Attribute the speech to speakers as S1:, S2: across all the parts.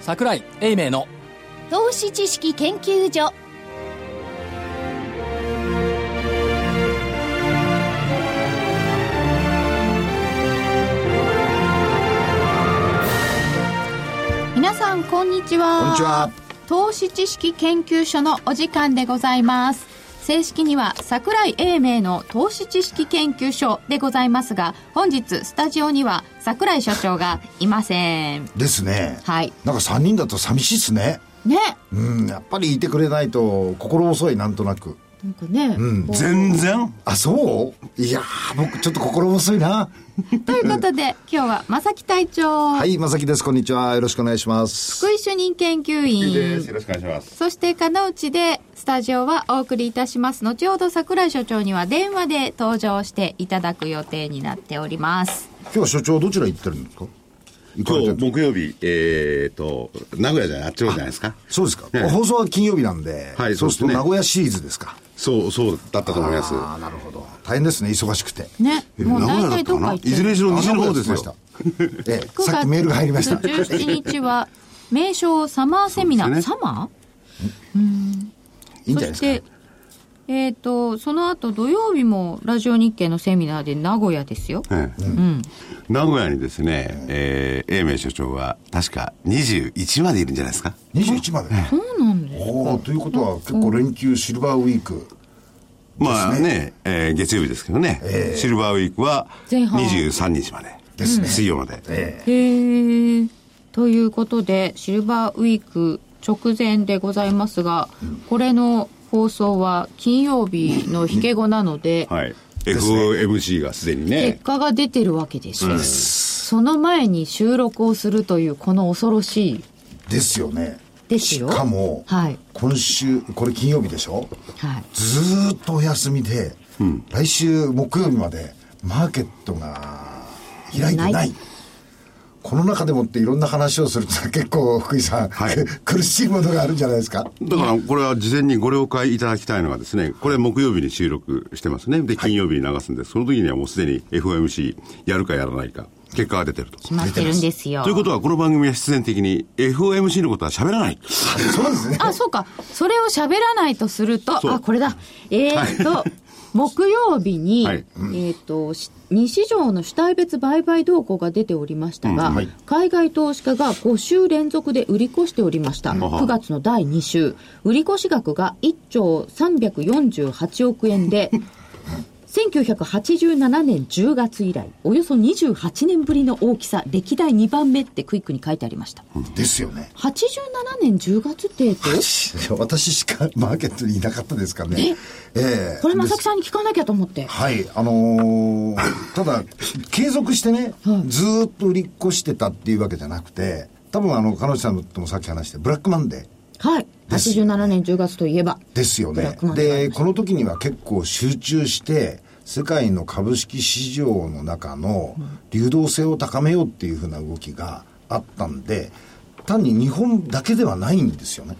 S1: 桜井英明の
S2: 投資知識研究所皆さんこんにちは
S3: こんにちは
S2: 投資知識研究所のお時間でございます正式には桜井英明の投資知識研究所でございますが本日スタジオには桜井所長がいません
S3: ですね
S2: はい
S3: なんか3人だと寂しいっすね
S2: ね
S3: うんやっぱりいてくれないと心細いなんとなく
S2: なんかね、こう
S4: 全然
S3: あそういやー僕ちょっと心細いな
S2: ということで今日は正木隊長、
S3: はい正木ですこんにちはよろしくお願いします
S2: 福井主任研究員
S4: よろしくお願いします
S2: そして金内でスタジオはお送りいたします後ほど桜井所長には電話で登場していただく予定になっております
S3: 今日所長どちら行ってるんですか行か
S4: 今
S3: れて
S4: 日
S3: る
S4: 木曜日えっ、と名古屋じゃないあっちの方じゃないですか
S3: そうですか、
S4: ね
S3: 放送は金曜日なんで、
S4: はい
S3: そうすると
S4: そうですね
S3: 名古屋シリーズですか
S4: そうそうだったと思います
S3: ああなるほど大変ですね忙しくて
S2: ね
S4: え
S2: もう
S4: 名
S2: 大
S4: 古屋だっ
S2: 体
S4: た
S2: ど
S4: か
S2: っか
S4: な
S2: 行
S4: い
S2: って
S4: ずれにしろ西の方ですよ
S3: あ名古屋でしたええさっきメールが入りました
S2: 17日は名称サマーセミナー、
S4: そうです
S2: サマー
S3: いいんじゃない
S2: そし
S3: です
S2: てえっ、とその後土曜日もラジオ日経のセミナーで名古屋ですよ
S4: ええ名古屋にですね、えー、英明所長は確か21までいるんじゃないですか
S3: か21まで、
S2: そうなんです
S3: おおということは結構連休シルバーウィーク
S4: まあ
S3: です
S4: ねえー月曜日ですけどね、シルバーウィークは
S2: 前半
S4: 23日まで
S3: ですね
S4: 水曜まで、
S3: え
S2: へえということでシルバーウィーク直前でございますが、これの放送は金曜日の引け後なので、
S4: はい、FOMC がすでにね
S2: 結果が出てるわけですよ、その前に収録をするというこの恐ろしい
S3: えですよね
S2: ですよ
S3: しかも、
S2: はい
S3: 今週これ金曜日でしょ
S2: はい
S3: ずーっとお休みで、来週木曜日までマーケットが開いてない
S2: ない
S3: この中でもっていろんな話をするって 結構福井さん、
S4: はい
S3: 苦しいものがあるんじゃないですか
S4: だからこれは事前にご了解いただきたいのはですね、これ木曜日に収録してますね。で、金曜日に流すんで、その時にはもうすでに FOMC やるかやらないか、結果が出てると。
S2: 決まってるんですよ
S4: ということはこの番組は必然的に FOMC のことは喋らない。
S3: そうですね
S2: あそうかそれを喋らないとする
S4: そう
S2: とあこれだえー、っと、木曜日に、
S4: はい
S2: えーっとし2市場の主体別売買動向が出ておりましたが、
S4: うんは
S2: 海外投資家が5週連続で売り越しておりました、9月の第2週売り越し額が1兆348億円で 1987年10月以来およそ28年ぶりの大きさ歴代2番目ってクイックに書いてありました
S3: ですよね
S2: 87年10月ってどう
S3: 私しかマーケットにいなかったですかねええ
S2: これ正木さんに聞かなきゃと思って。
S3: はい、あ のーただ、継続してね、ずーっと売り越してたっていうわけじゃなくて、多分あの、彼女さんともさっき話して、ブラックマンデー
S2: はい。
S3: ですよ
S2: 87年10月といえば。
S3: ですよ
S2: ブラ
S3: ね
S2: ックマ。ンデーがあり
S3: で、
S2: まし
S3: この時には結構集中して、世界の株式市場の中の流動性を高めようっていうふうな動きがあったんで、単に日本だけではないんですよね。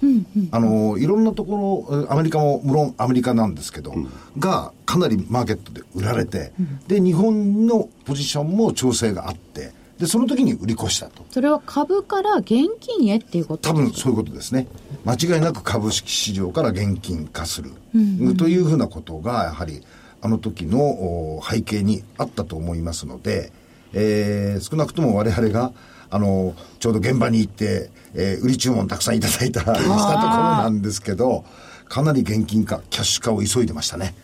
S3: あの、いろんなところ、えアメリカも、無論アメリカなんですけど、がかなりマーケットで売られて、で、日本のポジションも調整があって、で、その時に売り越したと。
S2: それは株から現金へっていうこと
S3: 多分そういうことですね間違いなく株式市場から現金化する、というふうなことがやはりあの時のお背景にあったと思いますので、えー少なくとも我々があのちょうど現場に行って、えー売り注文たくさんいただいたしたところなんですけどかなり現金化キャッシュ化を急いでましたね、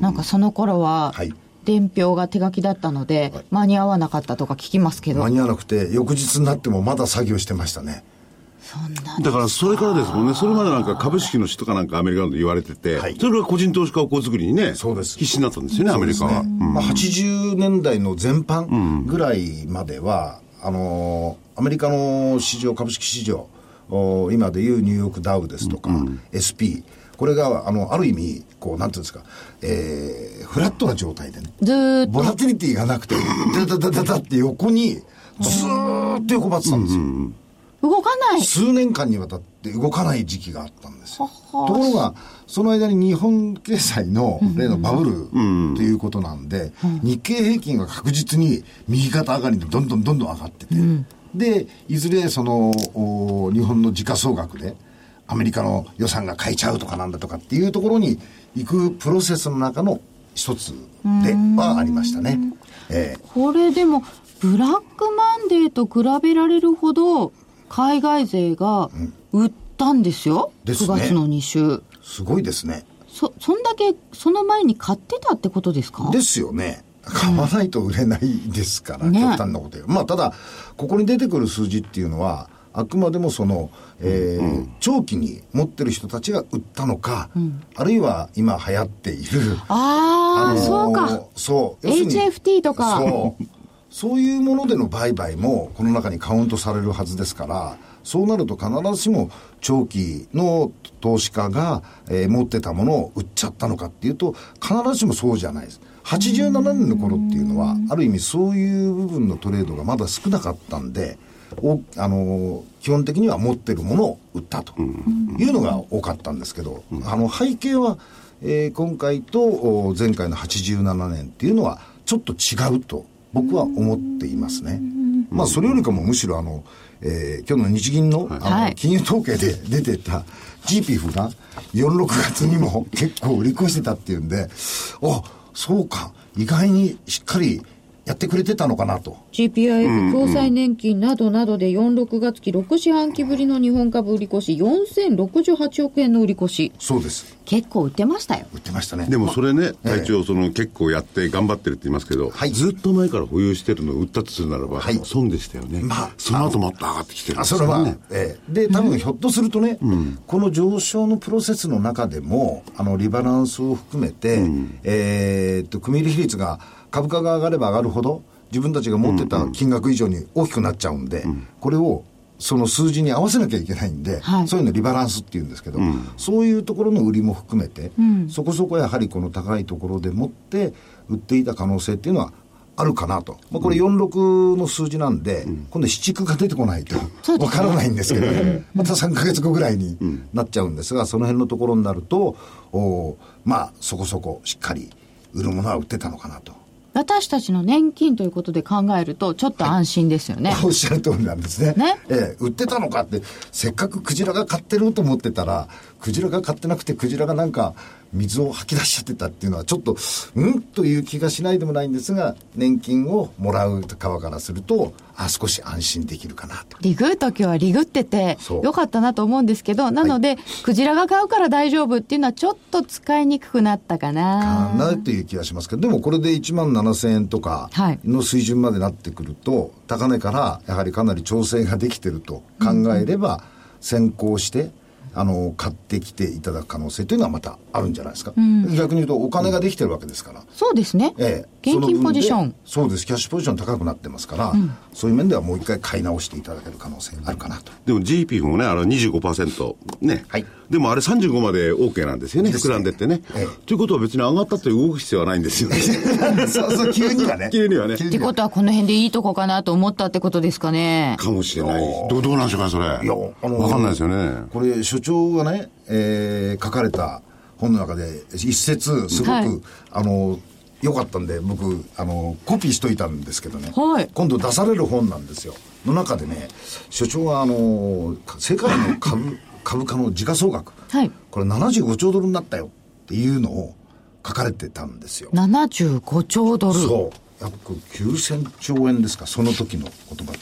S2: なんかその頃は、
S3: はい
S2: 伝票が手書きだったので、間に合わなかったとか聞きますけど。
S3: 間に合わなくて翌日になってもまだ作業してましたね
S2: そんな。
S4: だからそれからですもんね、それまでなんか株式の人かなんかアメリカので言われてて、
S3: はい
S4: それが個人投資家をこう作りにね、
S3: そうです
S4: 必死になったんですよね、アメリカは。うん
S3: まあ、80年代の前半ぐらいまでは、あのーアメリカの市場株式市場おー今でいうニューヨークダウですとか、SP これがあのある意味こうなんていうんですか、えーフラットな状態でね
S2: ずーっ
S3: ボラティリティがなくてダダダダダって横にずーっと横ばってたんですよ、
S2: と動かない。
S3: 数年間にわたって動かない時期があったんですよ。ところが、その間に日本経済の例のバブルということなんで、日経平均が確実に右肩上がりでどんどんどんどん上がってて、で、いずれその、お日本の時価総額で、アメリカの予算が変えちゃうとかなんだとかっていうところに行くプロセスの中の一つではありましたね。ええ
S5: これでもブラックマンデーと比べられるほど海外勢が売ったんですよ、
S3: ですね
S5: 9月の2週
S3: すごいですね。
S5: そそんだけその前に買ってたってことですか
S3: ですよね。買わないと売れないですから、
S5: ね
S3: 極端なこと言うまあ、ただ、ここに出てくる数字っていうのは、あくまでもその、えー長期に持ってる人たちが売ったのか、あるいは今流行っている、
S5: ああ、
S3: のー
S5: そうか
S3: そう。
S5: HFT とか
S3: そう。そういうものでの売買も、この中にカウントされるはずですから、そうなると必ずしも長期の投資家が、えー持ってたものを売っちゃったのかっていうと、必ずしもそうじゃないです。87年の頃っていうのは、ある意味そういう部分のトレードがまだ少なかったんで、おあのー基本的には持ってるものを売ったというのが多かったんですけど、あの背景は、えー今回とお前回の87年っていうのはちょっと違うと僕は思っていますね。まあそれよりかもむしろあの、えー今日の日銀の,、あ
S5: は
S3: の
S5: い
S3: 金融統計で 出てた GPF が46月にも結構売り越してたっていうんで、あ、そうか、意外にしっかりやってくれてたのかなと。
S5: GPIF 共済年金などなどで46月期6四半期ぶりの日本株売り越し4068億円の売り越し
S3: そうです。
S5: 結構売ってましたよ
S3: 売ってましたね。
S4: でもそれ
S3: え
S4: ね、
S3: え
S4: 隊長、その結構やって頑張ってるって言いますけど、
S3: はい
S4: ずっと前から保有してるのを売ったとするならば、
S3: はい
S4: 損でしたよね。
S3: まあ
S4: その後もっと上がってきてるん
S3: あ
S4: です
S3: そ
S4: よ
S3: れ
S4: ね
S3: は、ええで多分ひょっとするとね、この上昇のプロセスの中でもあのリバランスを含めて、えーっと組入り比率が株価が上がれば上がるほど自分たちが持ってた金額以上に大きくなっちゃうんで、これをその数字に合わせなきゃいけないんで、
S5: はい
S3: そういうのリバランスっていうんですけど、そういうところの売りも含めて、そこそこやはりこの高いところでもって売っていた可能性っていうのはあるかなと、まあ、これ46の数字なんで、今度7、9が出てこないと
S5: そうですね
S3: わからないんですけど、ね、また3か月後ぐらいになっちゃうんですが、その辺のところになると、おーまあ、そこそこしっかり売るものは売ってたのかなと。
S5: 私たちの年金ということで考えるとちょっと安心ですよね、
S3: おっしゃる通りなんですね。
S5: ね
S3: ええ、売ってたのかって、せっかくクジラが買ってると思ってたら、クジラが買ってなくて、クジラがなんか水を吐き出しちゃってたっていうのは、ちょっと、うんという気がしないでもないんですが、年金をもらう側からすると、あ、少し安心できるかなと。
S5: リグるときはリグってて
S3: そう
S5: よかったなと思うんですけどなので、クジラが買うから大丈夫っていうのはちょっと使いにくくなったか
S3: か
S5: な
S3: なという気がしますけど、でもこれで1万7000円とか
S5: はい
S3: の水準までなってくると、高値からやはりかなり調整ができてると考えれば、先行して、あの、買ってきていただく可能性というのはまたあるんじゃないですか。逆に言うと、お金ができてるわけですから。
S5: そうですね、
S3: ええ
S5: 現金ポジション
S3: その分でそうです、キャッシュポジション高くなってますから、そういう面ではもう一回買い直していただける可能性ある かなと。
S4: でも GP もね、あれ25%、ね。
S3: はい
S4: でもあれ35まで OK なんですよね、
S3: です
S4: 膨
S3: ね
S4: らんでってね。
S3: ええ
S4: ということは別に上がったって動く必要はないんですよね。
S3: そうそう、急にはね。
S4: 急にはね
S3: 急
S5: ってことはこの辺でいいとこかなと思ったってことですかね
S4: かもしれない。どうどうなんでしょうか、それ。いや、
S3: いや、あの
S4: わかんないですよね。
S3: これ、所長がね、えー書かれた本の中で、一節、すごく、
S5: はい
S3: あの、良かったんで、僕、あの、コピーしといたんですけどね、
S5: はい
S3: 今度出される本なんですよ。の中でね、所長が、あの、か世界 の株、株価の時価総額、
S5: はい
S3: これ75兆ドルになったよっていうのを書かれてたんですよ。
S5: 75兆ドル
S3: そう。約9000兆円ですか、その時の言葉で。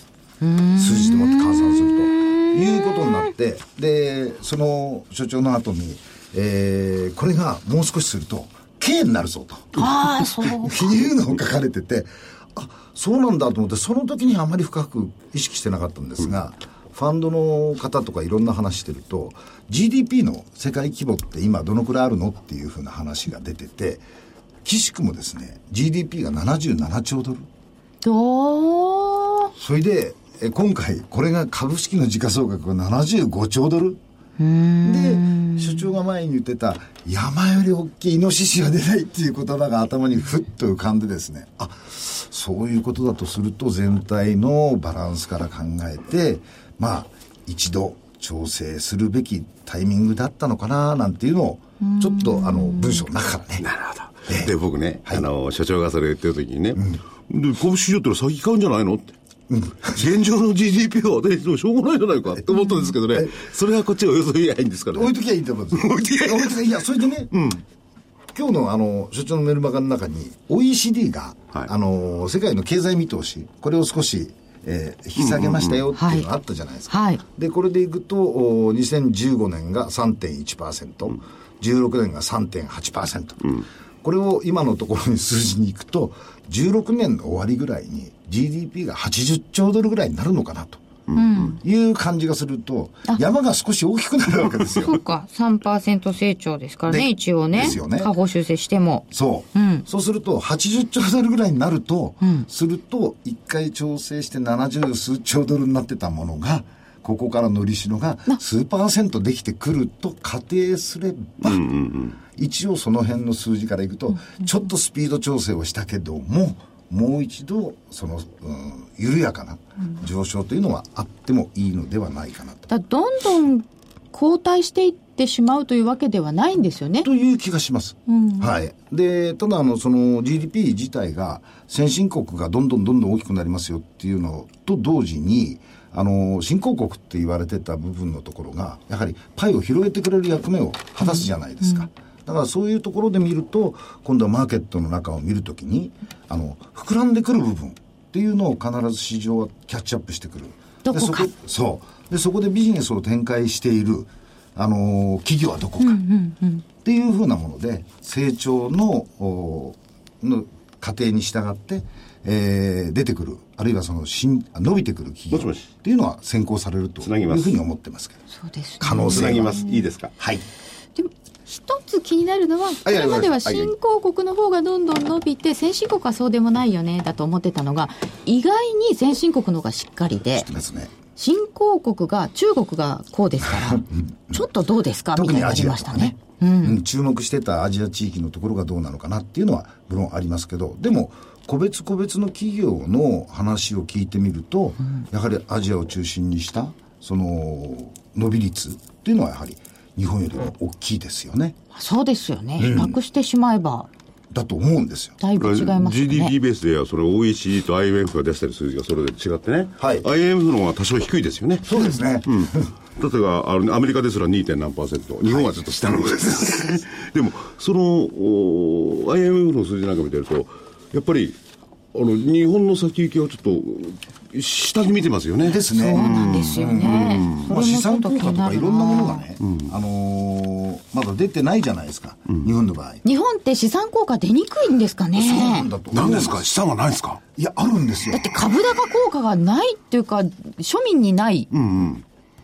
S3: 数字でもって換算すると。いうことになって、で、その所長の後に、えーこれがもう少しすると、K になるぞと。
S5: ああそう
S3: いうのを書かれてて、あ、そうなんだと思って、その時にあまり深く意識してなかったんですが、ファンドの方とかいろんな話してると、GDP の世界規模って今どのくらいあるのっていうふうな話が出てて、岸くもですね、GDP が77兆ドル。
S5: どう
S3: それで、え今回、これが株式の時価総額が75兆ドル。で、所長が前に言ってた、山より大きいイノシシは出ないっていう言葉が頭にふっと浮かんでですね、あ、そういうことだとすると全体のバランスから考えて、まあ、一度調整するべきタイミングだったのかななんていうのを、ちょっとあの、文章の中からね。
S4: なるほど。で、僕ね、あの、所長がそれ言ってる時にね、で、株式市場ってのは先買うんじゃないのって。現状の GDP は私、もしょうがないじゃないかと思ったんですけどね、それはこっちをよそ言えばいいんですから
S3: 置い
S4: ね。
S3: ときゃいいと思うんですよ
S4: 置いときゃいい
S3: 置いときゃいいやそれでね、今日のあの所長のメルマガの中に OECD が、
S4: はい
S3: あの世界の経済見通しこれを少し、えー引き下げましたよっていうのがあったじゃないですか、
S5: はい
S3: でこれでいくとお2015年が 3.1%16、16年が3.8%、これを今のところに数字にいくと16年の終わりぐらいに GDP が80兆ドルぐらいになるのかなと。いう感じがすると、山が少し大きくなるわけですよ。
S2: そうか、3%成長ですからね、
S3: で
S2: 一応ね
S3: ですよ。ね
S2: 下方修正しても。
S3: そう、そうすると、80兆ドルぐらいになると、すると、一回調整して70数兆ドルになってたものが、ここからのりしろが数パーセントできてくると仮定すれば、一応その辺の数字からいくと、ちょっとスピード調整をしたけども、もう一度、その、うん緩やかな上昇というのはあってもいいのではないかなと。
S5: だどんどん後退していってしまうというわけではないんですよね。
S3: という気がします。はい。で、ただ、あの、その GDP 自体が、先進国がどんどんどんどん大きくなりますよっていうのと同時に、あの、新興国って言われてた部分のところが、やはりパイを広げてくれる役目を果たすじゃないですか。だからそういうところで見ると、今度はマーケットの中を見るときに、あの、膨らんでくる部分っていうのを必ず市場はキャッチアップしてくる。
S5: どこ
S3: でそ
S5: か
S3: そう。で、そこでビジネスを展開している、あのー企業はどこか。っていうふうなもので、成長の、おの過程に従って、えー出てくる、あるいはその、しん伸びてくる企業
S4: もしもし
S3: っていうのは先行されると
S4: つなぎま
S3: いう
S4: す
S3: ふうに思ってますけど。
S2: そうですね。
S3: 可能
S4: つ
S3: 性
S4: な
S3: は
S4: ぎます。いいですか
S3: はい。
S5: でも一つ気になるのは、こ
S3: いや
S5: れまでは
S3: ごめんなさい
S5: 新興国の方がどんどん伸びて、先進国はそうでもないよね、だと思ってたのが、意外に先進国の方がしっかりで、
S3: ですね。
S5: 新興国が、中国がこうですから、ちょっとどうですかみた
S3: 特
S5: いに
S3: に
S5: な
S3: ア
S5: り
S3: ジア
S5: まし
S3: と
S5: た
S3: か
S5: ね
S3: ね。、うん注目してたアジア地域のところがどうなのかなっていうのは無論ありますけどでも個別個別の企業の話を聞いてみると、やはりアジアを中心にしたその伸び率っていうのはやはり日本よりも大きいですよね
S5: そうですよね。比較してしまえば、
S3: だと思うんですよ
S5: だいぶ違いますよ
S4: GDP
S5: ね。
S4: ベースでは、それ OECD と IMF が出してる数字がそれで違ってね、
S3: はい
S4: IMF の方が多少低いですよね。
S3: そうですね、
S4: だってがあのアメリカですら 2. 点何パーセント日本はちょっと下の方です、でもそのお IMF の数字なんか見てるとやっぱりあの日本の先行きはちょっと下に見てますよね
S3: ですね
S2: そうなんですよね。
S3: まあ、資産効果とかいろんなものが
S2: ね。
S3: ね、あのーまだ出てないじゃないですか、日本の場合
S5: 日本って資産効果出にくいんですかね。
S3: そうなんだと思い
S4: 何
S3: ま
S4: ですか下がないですか
S3: いやあるんですよ
S5: だって株高効果がないっていうか、庶民にない。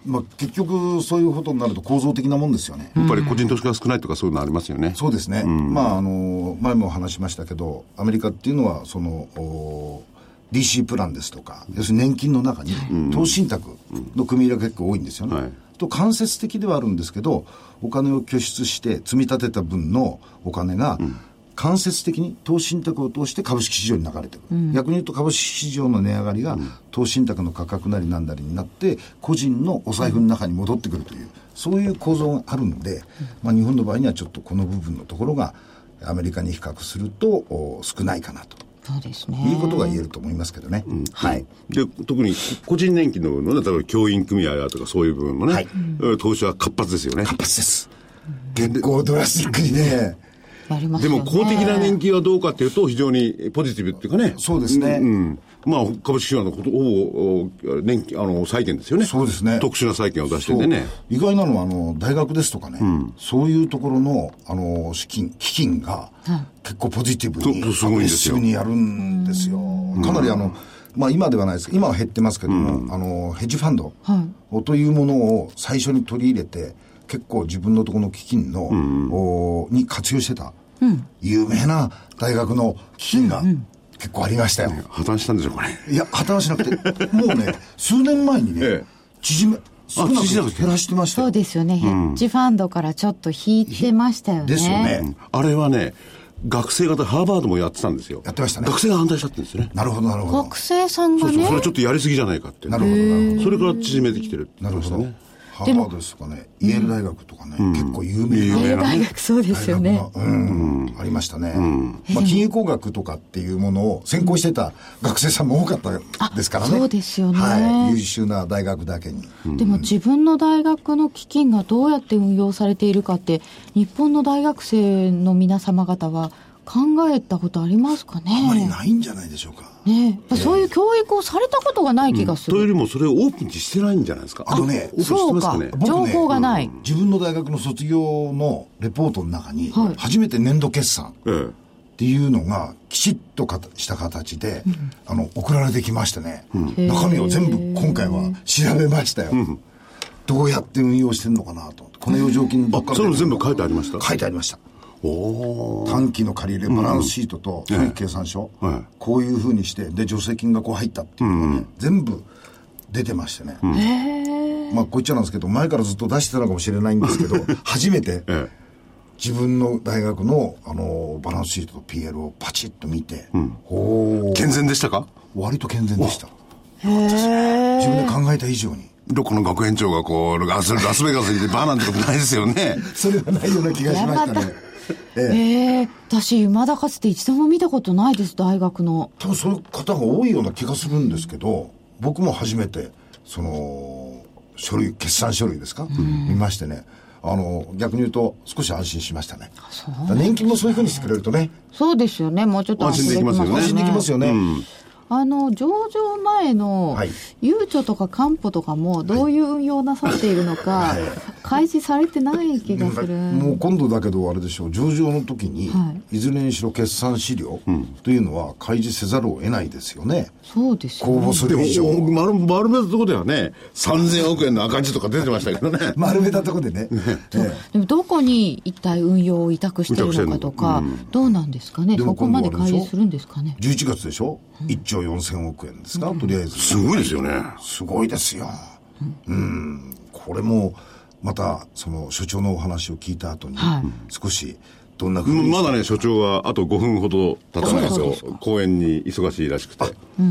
S3: まあ、結局そういうことになると構造的なもんですよね、
S4: やっぱり個人投資が少ないとかそういうのありますよね
S3: そうですね、まああの前も話しましたけどアメリカっていうのはそのお DC プランですとか要するに年金の中に投資信託の組み入れが結構多いんですよね、
S4: はい
S3: と間接的ではあるんですけどお金を拠出して積み立てた分のお金が間接的に投資信託を通して株式市場に流れてくる、逆に言うと株式市場の値上がりが投資信託の価格なりなんなりになって個人のお財布の中に戻ってくるというそういう構造があるんで、まあ、日本の場合にはちょっとこの部分のところがアメリカに比較するとお少ないかなと
S5: そうです
S3: い
S5: ね
S3: う。ことが言えると思いますけどね、はい
S4: で特に個人年金の部分のね例えば教員組合だとかそういう部分のね、
S3: はい
S4: うん投資は活発ですよね
S3: 活発です結構ドラスティックにね
S5: やります
S4: で
S5: よね。
S4: も公的な年金はどうかというと非常にポジティブっていうかね
S3: そうですね
S4: うんまあ、株式市場のことほぼお年金あの債券ですよね、
S3: そうですね
S4: 特殊な債券を出してて
S3: そ
S4: ね、
S3: う意外なのはあの大学ですとかね、そういうところのあの資金基金が結構ポジティブに、
S4: そうすごいんですよ
S3: アグレッシブにやるんですよ、かなりあの、まあ、今ではないです今は減ってますけども、あのヘッジファンドというものを最初に取り入れて結構自分のところの基金の、おに活用してた、有名な大学の基金が結構ありましたよ、
S4: 破綻したんでしょうかね。
S3: いや、破綻はしなくて、もうね、数年前にね、
S4: ええ
S3: 縮め、少なく
S4: 縮んだ
S3: 減らしてました
S5: そ
S3: よ
S5: う。ですよね。ヘッジファンドからちょっと引いてましたよね。
S3: ですよね、
S4: あれはね、学生方、ハーバードもやってたんですよ。
S3: やってましたね
S4: 学生が反対しちゃってるんですよね。
S3: なるほど、なるほど
S5: 学。生さん
S4: そ
S5: が
S4: うそう、それ
S5: ね
S4: は、ちょっとやりすぎじゃないかって。
S3: なるほど、なる
S4: それから縮めてきてるって
S3: ほど。な
S4: こ
S3: る
S4: と
S3: ほ
S4: で
S3: ど。
S4: すね。
S3: ハ
S2: で
S3: ーバ
S2: も
S3: ードですとかね、イェール大学とかね、結構有
S4: 有
S3: 名
S4: 名
S3: な
S4: な
S5: 大学そうですよね。
S3: うんありましたね、まあ、金融工学とかっていうものを専攻してた学生さんも多かったですからね
S2: あそうですよね
S3: はい、優秀な大学だけに、
S2: でも自分の大学の基金がどうやって運用されているかって、日本の大学生の皆様方は考えたことありますかね
S3: あまりないんじゃないでしょうか、
S2: ねえやっぱそういう教育をされたことがない気がす
S4: というよ
S2: る。
S4: りもそれをオープンにしてないんじゃないですか。
S3: あのね
S4: オープンし
S2: そ
S4: て
S2: う
S4: ます
S2: か、
S4: かね。
S3: ね
S2: 情報がない。
S3: 自分の大学の卒業のレポートの中に、
S2: はい
S3: 初めて年度決算
S4: ええ
S3: っていうのがきちっとかたした形で、あの送られてきましてね、中身を全部今回は調べましたよ、どうやって運用してんのかなと思ってこの余剰金ばっか
S4: あ、
S3: り
S4: それも全部書いてありました。
S3: 書いてありました
S4: おー
S3: 短期の借り入れバランスシートと
S4: うん
S3: 損益計算書、
S4: ええ
S3: こういうふうにしてで助成金がこう入ったっていうのがね、全部出てましてね、まあこう言っちゃなんですけど前からずっと出してたのかもしれないんですけ ど初めて
S4: え
S3: 自分の大学のあのバランスシートと PL をパチッと見て、お
S4: え。
S3: お
S4: 健全でしたか
S3: 割と健全でした自分で考えた以上に
S4: どこの学園長がこう、ラスラスベガスにいてバーなんてことないですよね。
S3: それはないような気がしましたねええ
S2: ええ私、未だかつて一度も見たことないです、大学の。
S3: 多分そういう方が多いような気がするんですけど僕も初めてその書類決算書類ですか、見ましてねあの逆に言うと少し安心しましたねだから年金もそういうふうにしてくれるとね
S2: そうですよね、もうちょっと
S4: 安心できますよね
S3: 安心できますよね、
S2: あの上場前の
S3: はい
S2: ゆうちょとか官歩とかもどういう運用なさっているのか、開示されてない気がする。
S3: もう今度だけどあれでしょう上場の時に、、
S2: はい
S3: ずれにしろ決算資料というのは開示せざるを得ないですよね、
S2: そうですよ
S3: 公募
S2: ね。
S3: す
S4: で
S3: る以上
S4: も、丸丸めたとこではね、3000億円の赤字とか出てましたけどね。
S3: 丸めたとこでね、え
S2: でもどこに一体運用を委託しているのかとか、どうなんですかね、
S3: でも
S2: そこまで
S3: 今度あ
S2: 開
S3: れでしょ
S2: 示するんですかね
S3: え。11月でしょ、1兆4000億円ですか、とりあえず
S4: すごいですよね。
S3: すごいですよ。うん。これも、また、その、所長のお話を聞いた後に、
S2: はい
S3: 少し、どんな風に、
S4: まだね、所長はあと5分ほど経たない
S2: あそうで
S4: と
S2: すか、
S4: 公演に忙しいらしくて。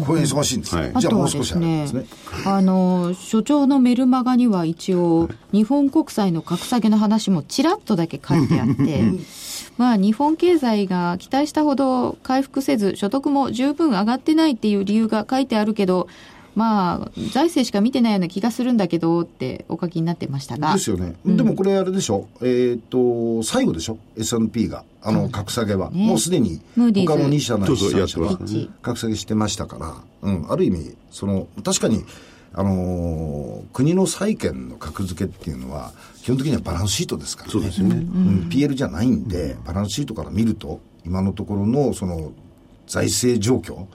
S3: 公演忙しいんですね、
S4: はい
S2: あ
S3: じゃあ
S2: と
S3: も
S2: は
S3: う少
S2: で
S3: し
S2: す
S3: あれ
S2: ね
S3: ですね。、
S2: あの、所長のメルマガには一応、日本国債の格下げの話もちらっとだけ書いてあって、まあ、日本経済が期待したほど回復せず、所得も十分上がってないっていう理由が書いてあるけど、まあ、財政しか見てないような気がするんだけどってお書きになってましたが
S3: で、すよね。でもこれあれでしょえっ、と、最後でしょ ?S&P が、あの、格下げは。
S2: ね
S3: もうすでに、
S2: ムーディーズ
S3: 他の2社の
S4: そうそう
S3: 3社
S4: や
S3: は
S4: ってます
S2: ね
S3: 格下げしてましたから、うん、ある意味、その、確かに、あのー国の債券の格付けっていうのは、基本的にはバランスシートですからね。
S4: そうですよね
S3: うん、PL じゃないんで、バランスシートから見ると、今のところの、その、財政状況、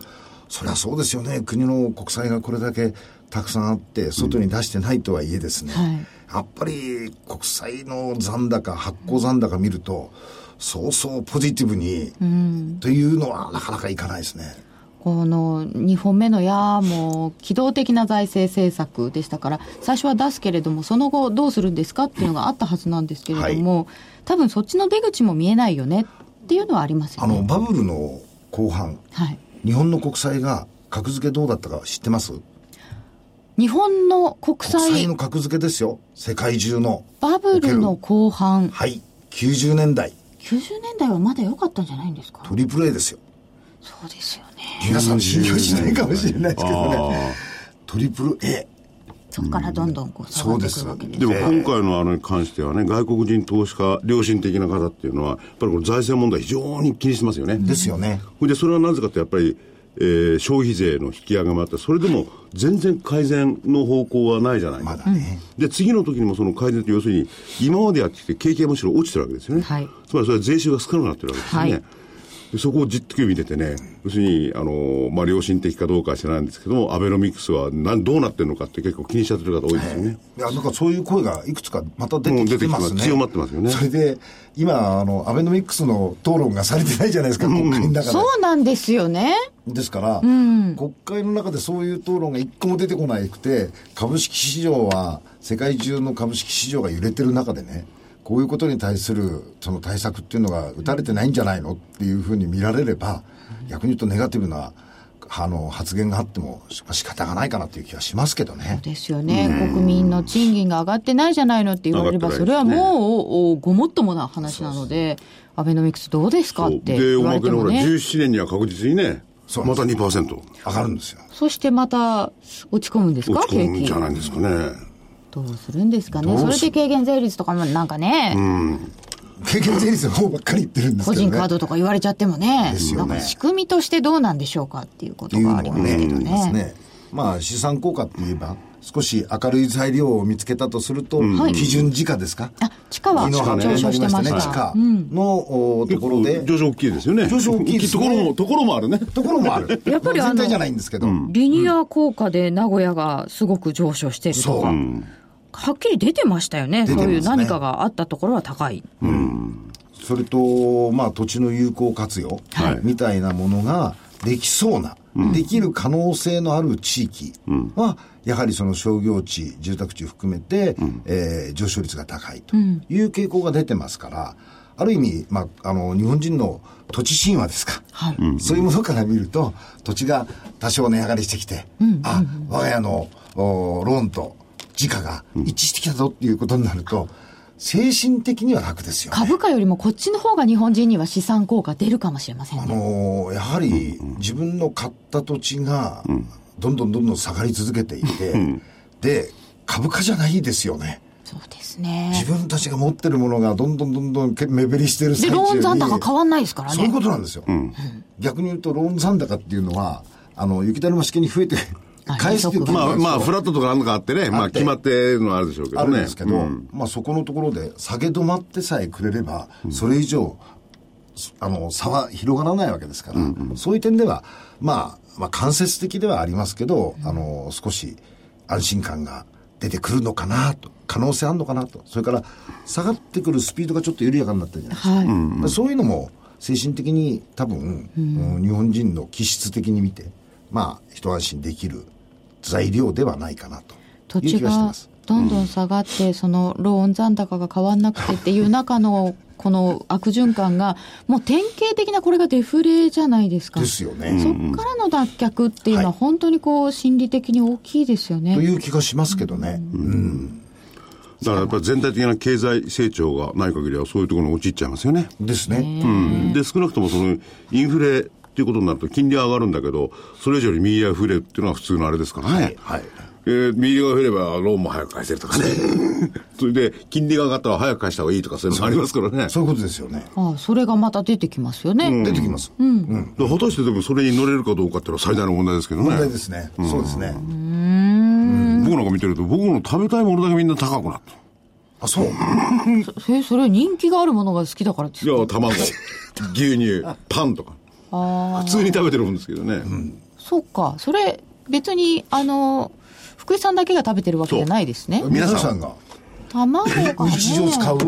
S3: そりゃそうですよね。国の国債がこれだけたくさんあって、外に出してないとはいえですね、
S2: はい
S3: やっぱり国債の残高、発行残高見ると、そうそうポジティブに、というのはなかなかいかないですね。
S2: この2本目の「や」も機動的な財政政策でしたから最初は出すけれどもその後どうするんですかっていうのがあったはずなんですけれども、多分そっちの出口も見えないよねっていうのはありますよ
S3: あの、
S2: ね。
S3: バブルの後半、
S2: はい、
S3: 日本の国債が格付けどうだったか知ってます
S2: 日本の国
S3: 国債
S2: 債
S3: の格付けですよ。世界中の。
S2: バブルの後半
S3: はい。90年代、
S2: 90年代はまだ良かったんじゃないんですか
S3: トリプル A ですよ。
S2: そうですよね
S3: 皆さん信用しないかもしれないですけどね。トリプル A。
S2: そこからどんどんこう下がっていくわけです
S4: でも今回のあれに関してはね、外国人投資家、良心的な方っていうのは、やっぱりこの財政問題非常に気にしてますよね。
S3: ですよね。
S4: ほいで、それはなぜかとやっぱり、えー消費税の引き上げもあって、それでも全然改善の方向はないじゃないか。
S3: まだね。
S4: で、次の時にもその改善って、要するに、今までやってきて、景気がむしろ落ちてるわけですよね。
S2: はい
S4: つまり、それは税収が少なくなってるわけですよね。
S2: はい
S4: でそこをじっと見ててね、要するに、あのーまあ、良心的かどうかは知らないんですけども、アベノミクスはなんどうなってるのかって結構気にしちゃってる方多いですよね。
S3: いや、なんかそういう声がいくつかまた出てきてます
S4: うん出
S3: ね。
S4: てきてます強まってますよね
S3: それで、今、あの、アベノミクスの討論がされてないじゃないですか、国会の中で。
S2: そうなんですよね
S3: ですから、国会の中でそういう討論が一個も出てこなくて、株式市場は、世界中の株式市場が揺れてる中でね、こういうことに対するその対策っていうのが打たれてないんじゃないのっていうふうに見られれば、逆に言うとネガティブなあの発言があってもし仕方がないかなっていう気がしますけどね。
S2: ですよね、国民の賃金が上がってないじゃないのって言われれば、
S4: 上が
S2: そ
S4: って
S2: れは
S4: な
S2: い
S4: ですね
S2: もうおごもっともな話なので、アベノミクスどうですかっ
S4: そう
S2: て
S4: で、
S2: 言
S4: お
S2: わ
S4: ま
S2: れ
S4: け
S2: て
S4: の
S2: も
S4: ほら、
S2: ね、
S4: 17年には確実にね、
S3: そう
S4: また2%。
S3: 上がるんですよ。
S2: そしてまた落ち込むんですか、
S4: 落ち込
S2: 景
S4: むん
S2: 気
S4: じゃ。ないですかね。
S2: どうするんですか
S3: ど
S2: ね、
S3: うす
S2: それで軽減税率とかもなんかね、
S3: 経験税率の方ばっかり言ってるんです
S2: 個
S3: けど
S2: 人
S3: ね。
S2: カードとか言われちゃってもね
S3: です、よ
S2: な
S3: ね
S2: んか仕組みとしてどうなんでしょうかっていうこ
S3: って
S2: と
S3: いう
S2: が
S3: のは
S2: ありますけど
S3: ねです
S2: ね。
S3: ねまあ、資産効果って言えば、少し明るい材料を見つけたとすると、基準時価ですか、
S2: あ、地価は
S3: 昨日
S2: 上
S3: 話に
S2: 昇
S3: な
S2: し
S3: り
S2: て
S3: ました
S2: ま
S3: ね、
S2: し
S3: 地価
S2: た。
S3: のおところで、
S4: 上昇大きいですよね。
S3: 上昇大きいですね
S4: ところも、ところもあるね。
S3: ところもある。
S2: やっぱりあの
S3: 全体じゃないんですけど、
S2: リニア効果で名古屋がすごく上昇してると
S3: そう
S2: か、はっきり出てましたよね
S3: 出て
S2: そ
S3: ま
S2: う
S3: すね
S2: いう何かがあったところは高い。
S3: それと、まあ、土地の有効活用
S4: はい
S3: みたいなものができそうな、できる可能性のある地域は、やはりその商業地、住宅地含めて、えー上昇率が高いという傾向が出てますから、ある意味、まあ、あの、日本人の土地神話ですか。
S2: はい
S3: そういうものから見ると、土地が多少値上がりしてきて、あ、我が家のおローンと時価が一致してきたぞっていうことになると、精神的には楽ですよね。
S2: 株価よりもこっちの方が日本人には資産効果出るかもしれません
S3: あ
S2: ね。
S3: のーやはり自分の買った土地が、どんどんどんどん下がり続けていて、で、株価じゃないですよね。
S2: そうですね
S3: 自。分たちが持ってるものがどんどんどんどんけ目減りしてる
S2: で、
S3: 最中に
S2: ローン残高変わんないですから
S3: そういう
S2: ね。
S3: ことなんですよ。逆に言うと、ローン残高っていうのは、あの、雪だるま式に増えて、
S2: あ
S3: 返すっていう
S2: 利息が
S4: まあ、まあ、フ
S3: ラ
S4: ラットとかなんとかあってね、ま
S3: あ
S4: あ、
S3: って
S4: 決まってのはあるでしょうけど
S3: あ
S4: ね。
S3: るんですけど、
S4: うん
S3: まあそこのところで下げ止まってさえくれれば、それ以上、そあの、差は広がらないわけですから、そういう点では、まあ、まあ間接的ではありますけど、あの、少し安心感が出てくるのかなと、可能性あるのかなと、それから下がってくるスピードがちょっと緩やかになったんじゃないですか。
S2: はい。
S3: そういうのも精神的に多分、うん日本人の気質的に見て、まあ、一安心できる材料ではないかなと
S2: 土
S3: い
S2: 地
S3: う気がしてま
S2: が
S3: す。
S2: どんどん下がって、そのローン残高が変わんなくてっていう中の、この悪循環が、もう典型的なこれがデフレじゃないですか。
S3: ですよね。
S2: そっからの脱却っていうの
S3: は
S2: は、
S3: い
S2: 本当にこう、心理的に大きいですよね。
S3: という気がしますけどね。うん
S4: だからやっぱり全体的な経済成長がない限りはそういうところに陥っちゃいますよね。
S3: ですね。
S4: うん、で少なくともそのインフレっていうことになると金利は上がるんだけどそれ以上に右が増えるっていうのは普通のあれですからね、
S3: はい。
S4: えー右が増えればローンも早く返せるとかねそれで金利が上がったら早く返した方がいいとかそういうのもありますからね
S3: そういうことですよね。
S2: ああそれがまた出てきますよね。
S3: 出てきます。問
S4: で果たしてでもそれに乗れるかどうかっていうのは最大の問題ですけど
S3: 題
S4: ね
S3: ですね。そうですね。
S4: 僕なんか見てると僕の食べたいものだけみんな高くなった
S3: あ、そう。
S2: そそれは人気があるものが好きだからです
S4: いや卵 牛乳パンとか
S2: ああ
S4: 普通に食べてるもんですけどね、
S2: そうかそれ別にあの福井さんだけが食べてるわけじゃないですね
S3: 皆さんが、
S2: 卵がね
S3: 日常使う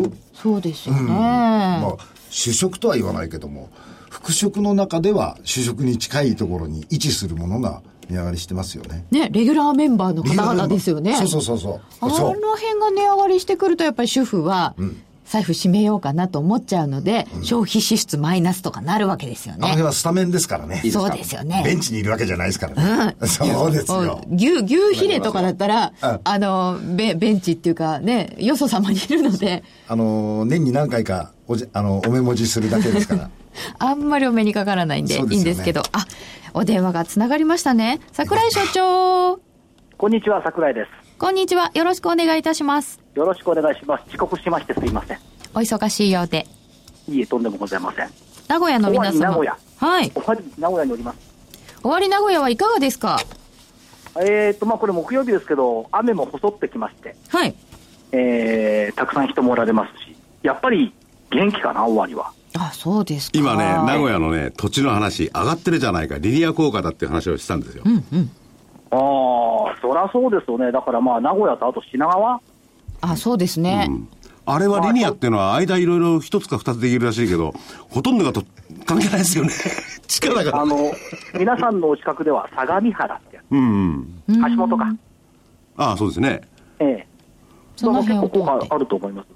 S2: そうですよね、
S3: まあ、主食とは言わないけども、副食の中では主食に近いところに位置するものが値上がりしてますよね。
S2: ねレギュラーメンバーの方々ですよね
S3: そうそうそうそう。
S2: あの
S3: そう
S2: 辺が値上がりしてくるとやっぱり主婦は財布閉めようかなと思っちゃうので、消費支出マイナスとかなるわけですよ
S3: あの
S2: ね
S3: 辺はスタメンですからね。
S2: いいですかそうですよね
S3: ベンチにいるわけじゃないですからね。そうですよ。
S2: 牛、牛ヒレとかだったら
S3: うん、
S2: あの、ベベンチっていうかね、よそ様にいるので、
S3: あのー、年に何回かおじ、あの、お目文字するだけで すから。
S2: あんまりお目にかからないんで、
S3: そう
S2: い
S3: ですよね
S2: いんですけど、あ、お電話がつながりましたね。桜井所長、
S6: こんにちは、桜井です。
S2: こんにちは。よろしくお願いいたします。
S6: よろしくお願いします。遅刻しましてすいません。
S2: お忙しいようで。
S6: いいえ、とんでもございません。
S2: 名古屋の皆様。
S6: 終わり名古屋
S2: はい。
S6: おはり、名古屋におります。
S2: 終わり名古屋はいかがですか
S6: えーと、まあ、これ木曜日ですけど、雨も細ってきまして、
S2: はい。
S6: えー、たくさん人もおられますし、やっぱり元気かな、終わりは。
S2: あ、そうですか。
S4: 今ね、名古屋のね、土地の話、上がってるじゃないか、リニア効果だっていう話をしたんですよ。
S6: ああ、そりゃそうですよね。だからまあ、名古屋とあと品川
S2: あ、そうですね。
S4: あれはリニアっていうのは、間いろいろ一つか二つできるらしいけど、ほとんどがと関係ないです よね。力
S6: あ
S4: が。
S6: の、皆さんのお近くでは相模原ってやつ、
S4: うん。
S6: 橋本か。
S4: ああ、そうですね。
S6: ええ
S2: その辺を
S6: だ
S2: 通
S6: から結構
S2: っ
S6: 効果あ
S2: て。
S6: ると思います。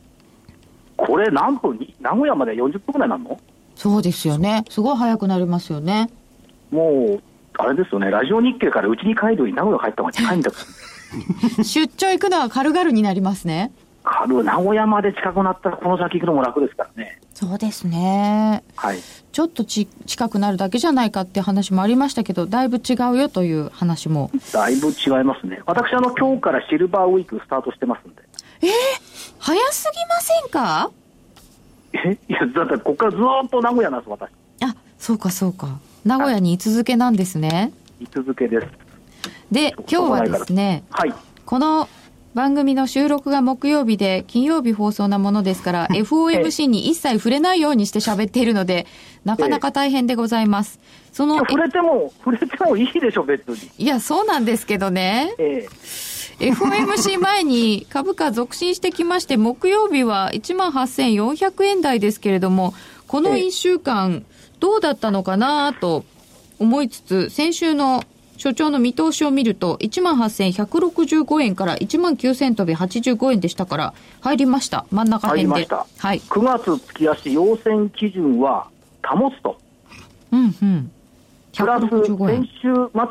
S6: これ何分に名古屋まで40分ぐらいなんの
S2: そうですよね。すごい早くなりますよね。
S6: もう、あれですよね、ラジオ日経からうちに帰るより名古屋帰った方が近いんだと。
S2: 出張行くのは軽々になりますね。
S6: 軽名古屋まで近くなったら、この先行くのも楽ですからね。
S2: そうですね。
S6: はい。
S2: ちょっとち近くなるだけじゃないかって話もありましたけど、だいぶ違うよという話も。
S6: だいぶ違いますね。私、あの、今日からシルバーウィークスタートしてますんで。
S2: 早すぎませんか
S6: え いや、だって、ここからずーっと名古屋なんです、私。
S2: あ、そうかそうか。名古屋に居続けなんですね。
S6: 居続けです。
S2: で、今日はですね、
S6: はい。
S2: この番組の収録が木曜日で、金曜日放送なものですから、FOMC に一切触れないようにして喋っているので、なかなか大変でございます。その、
S6: 触れても、触れてもいいでしょ、別に。
S2: いや、そうなんですけどね。
S6: ええ
S2: FOMC 前に株価続伸してきまして、木曜日は1万8400円台ですけれども、この
S6: ええ
S2: 1週間、どうだったのかなと思いつつ、先週の所長の見通しを見ると、1万8165円から1万9000飛び85円でしたから、入りました。真ん中辺で。
S6: 入りました
S2: はい。
S6: 9月月足要線基準は保つと、
S2: うんうん。
S6: プラス
S2: 165
S6: 先
S2: 円。
S6: 週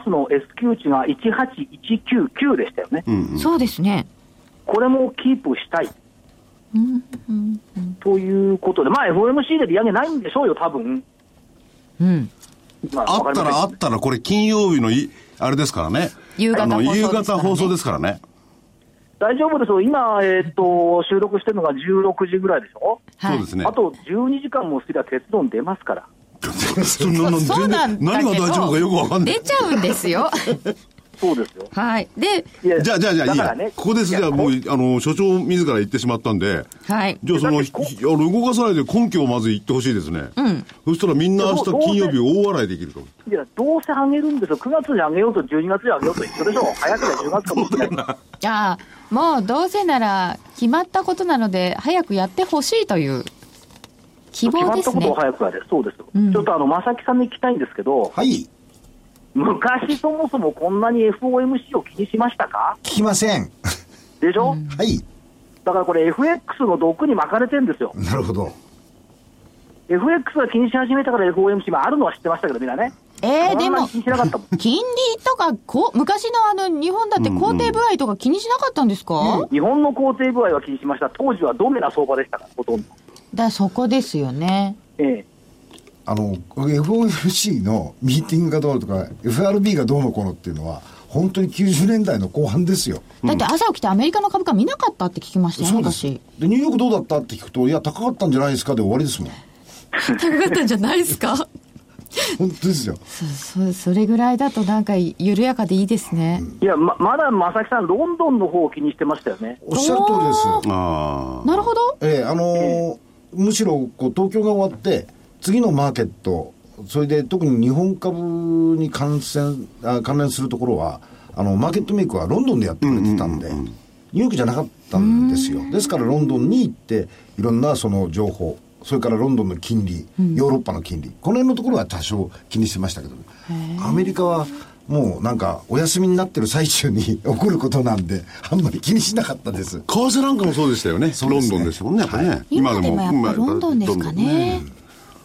S6: 末の S q 値が18199でしたよね、
S4: うん
S2: そうですね。
S6: これもキープしたい
S2: うんうん
S6: ということで、まあ、FOMC で利上げないんでしょうよ、多分
S2: うん。
S6: ま
S7: あ
S6: わ
S7: った
S6: かり
S7: らあ
S6: ま
S7: ったら、これ金曜日のい、あれですからね。
S2: 夕方
S7: あの
S2: 放送です
S7: 夕
S2: からね
S7: 方放送ですからね。
S6: せん大丈夫ですよ、今、えーっと、収録してるのが16時ぐらいでしょ、
S2: はい。
S7: そうですね
S6: あ。と12時間もすりゃ鉄道に出ますから、
S7: なな
S2: そうなんだけど
S7: 何が大丈夫かよくわかんない
S2: 出。ちゃうんですよ。
S6: そうですよ。
S2: はい。で、
S6: いや
S7: じゃあ、じゃあ、じゃあ、い
S6: だ
S7: い
S6: から
S7: や。
S6: ね、
S7: ここです。じゃあ、もう、
S6: いや
S7: あの、所長自ら言ってしまったんで、
S2: はい。
S7: じゃあ、その、
S6: だっ
S7: ひ
S6: てこ
S7: あの、動かさないで根拠をまず言ってほしいですね。
S2: ん
S7: そしたらみんな明日
S6: でもどうせ
S7: 金曜日大笑いできると思う。
S6: いや、どうせ上げるんですよ、9月に上げようと12月に上げようと一緒でしょ、早くて10月かもしれない。
S2: じゃあ、もうどうせなら決まったことなので、早くやってほしいという希
S6: 決ま
S2: 望
S6: っ
S2: です
S6: たこと
S2: ね
S6: を。早くやれ、そうですよ、
S2: うん
S6: ちょっとあの正木さんに聞きたいんですけど、
S3: はい。
S6: 昔、そもそもこんなに FOMC を気にしましたか
S3: 聞きません。
S6: でしょ、
S3: はい。
S6: だからこれ、FX の毒に巻かれてるんですよ、
S3: なるほど。
S6: FX が気にし始めたから FOMC もあるのは知ってましたけど、みんなね、
S2: えー、
S6: そ
S2: で
S6: んなに
S2: も
S6: 気、にしなかったもん、
S2: 金利とかこう、昔のあの、日本だって肯定具合とか気にしなかったんですか、
S6: 日本の肯定具合は気にしました、当時はどめな相場でしたから、ほとんど。
S2: だからそこですよね。
S6: ええ
S3: あの、FOMC のミーティングがどうとか、FRB がどうのこうのっていうのは、本当に90年代の後半ですよ。
S2: だって朝起きてアメリカの株価見なかったって聞きましたよ、
S3: そうです。
S2: 昔
S3: で。、ニューヨークどうだったって聞くと、いや、高かったんじゃないですかで終わりですもん。
S2: 高かったんじゃないですか
S3: 本当ですよ。
S2: そそそれぐらいだとなんか緩やかでいいですね。
S6: いやま、まだ正木さん、ロンドンの方を気にしてましたよね。
S3: おっしゃる通りです。
S7: あ
S2: なるほど。
S3: ええあのーむしろこう東京が終わって、次のマーケット、それで特に日本株に関戦あ関連するところはあの、マーケットメイクはロンドンでやってくれてたんで、ニューヨークじゃなかったんですよ、ですからロンドンに行って、いろんなその情報、それからロンドンの金利、ヨーロッパの金利、この辺のところは多少気にしてましたけど、アメリカはもうなんか、お休みになってる最中に 起こることなんで、あんまり気にしなかったです。
S7: あ。為替なんかもそうでしたよね。
S3: う
S7: ロ
S3: で
S7: ン
S3: すね
S7: ドンでしたもんね、やっぱりね。
S2: 今でもやっぱロンドンですか。
S7: まあ
S2: ね。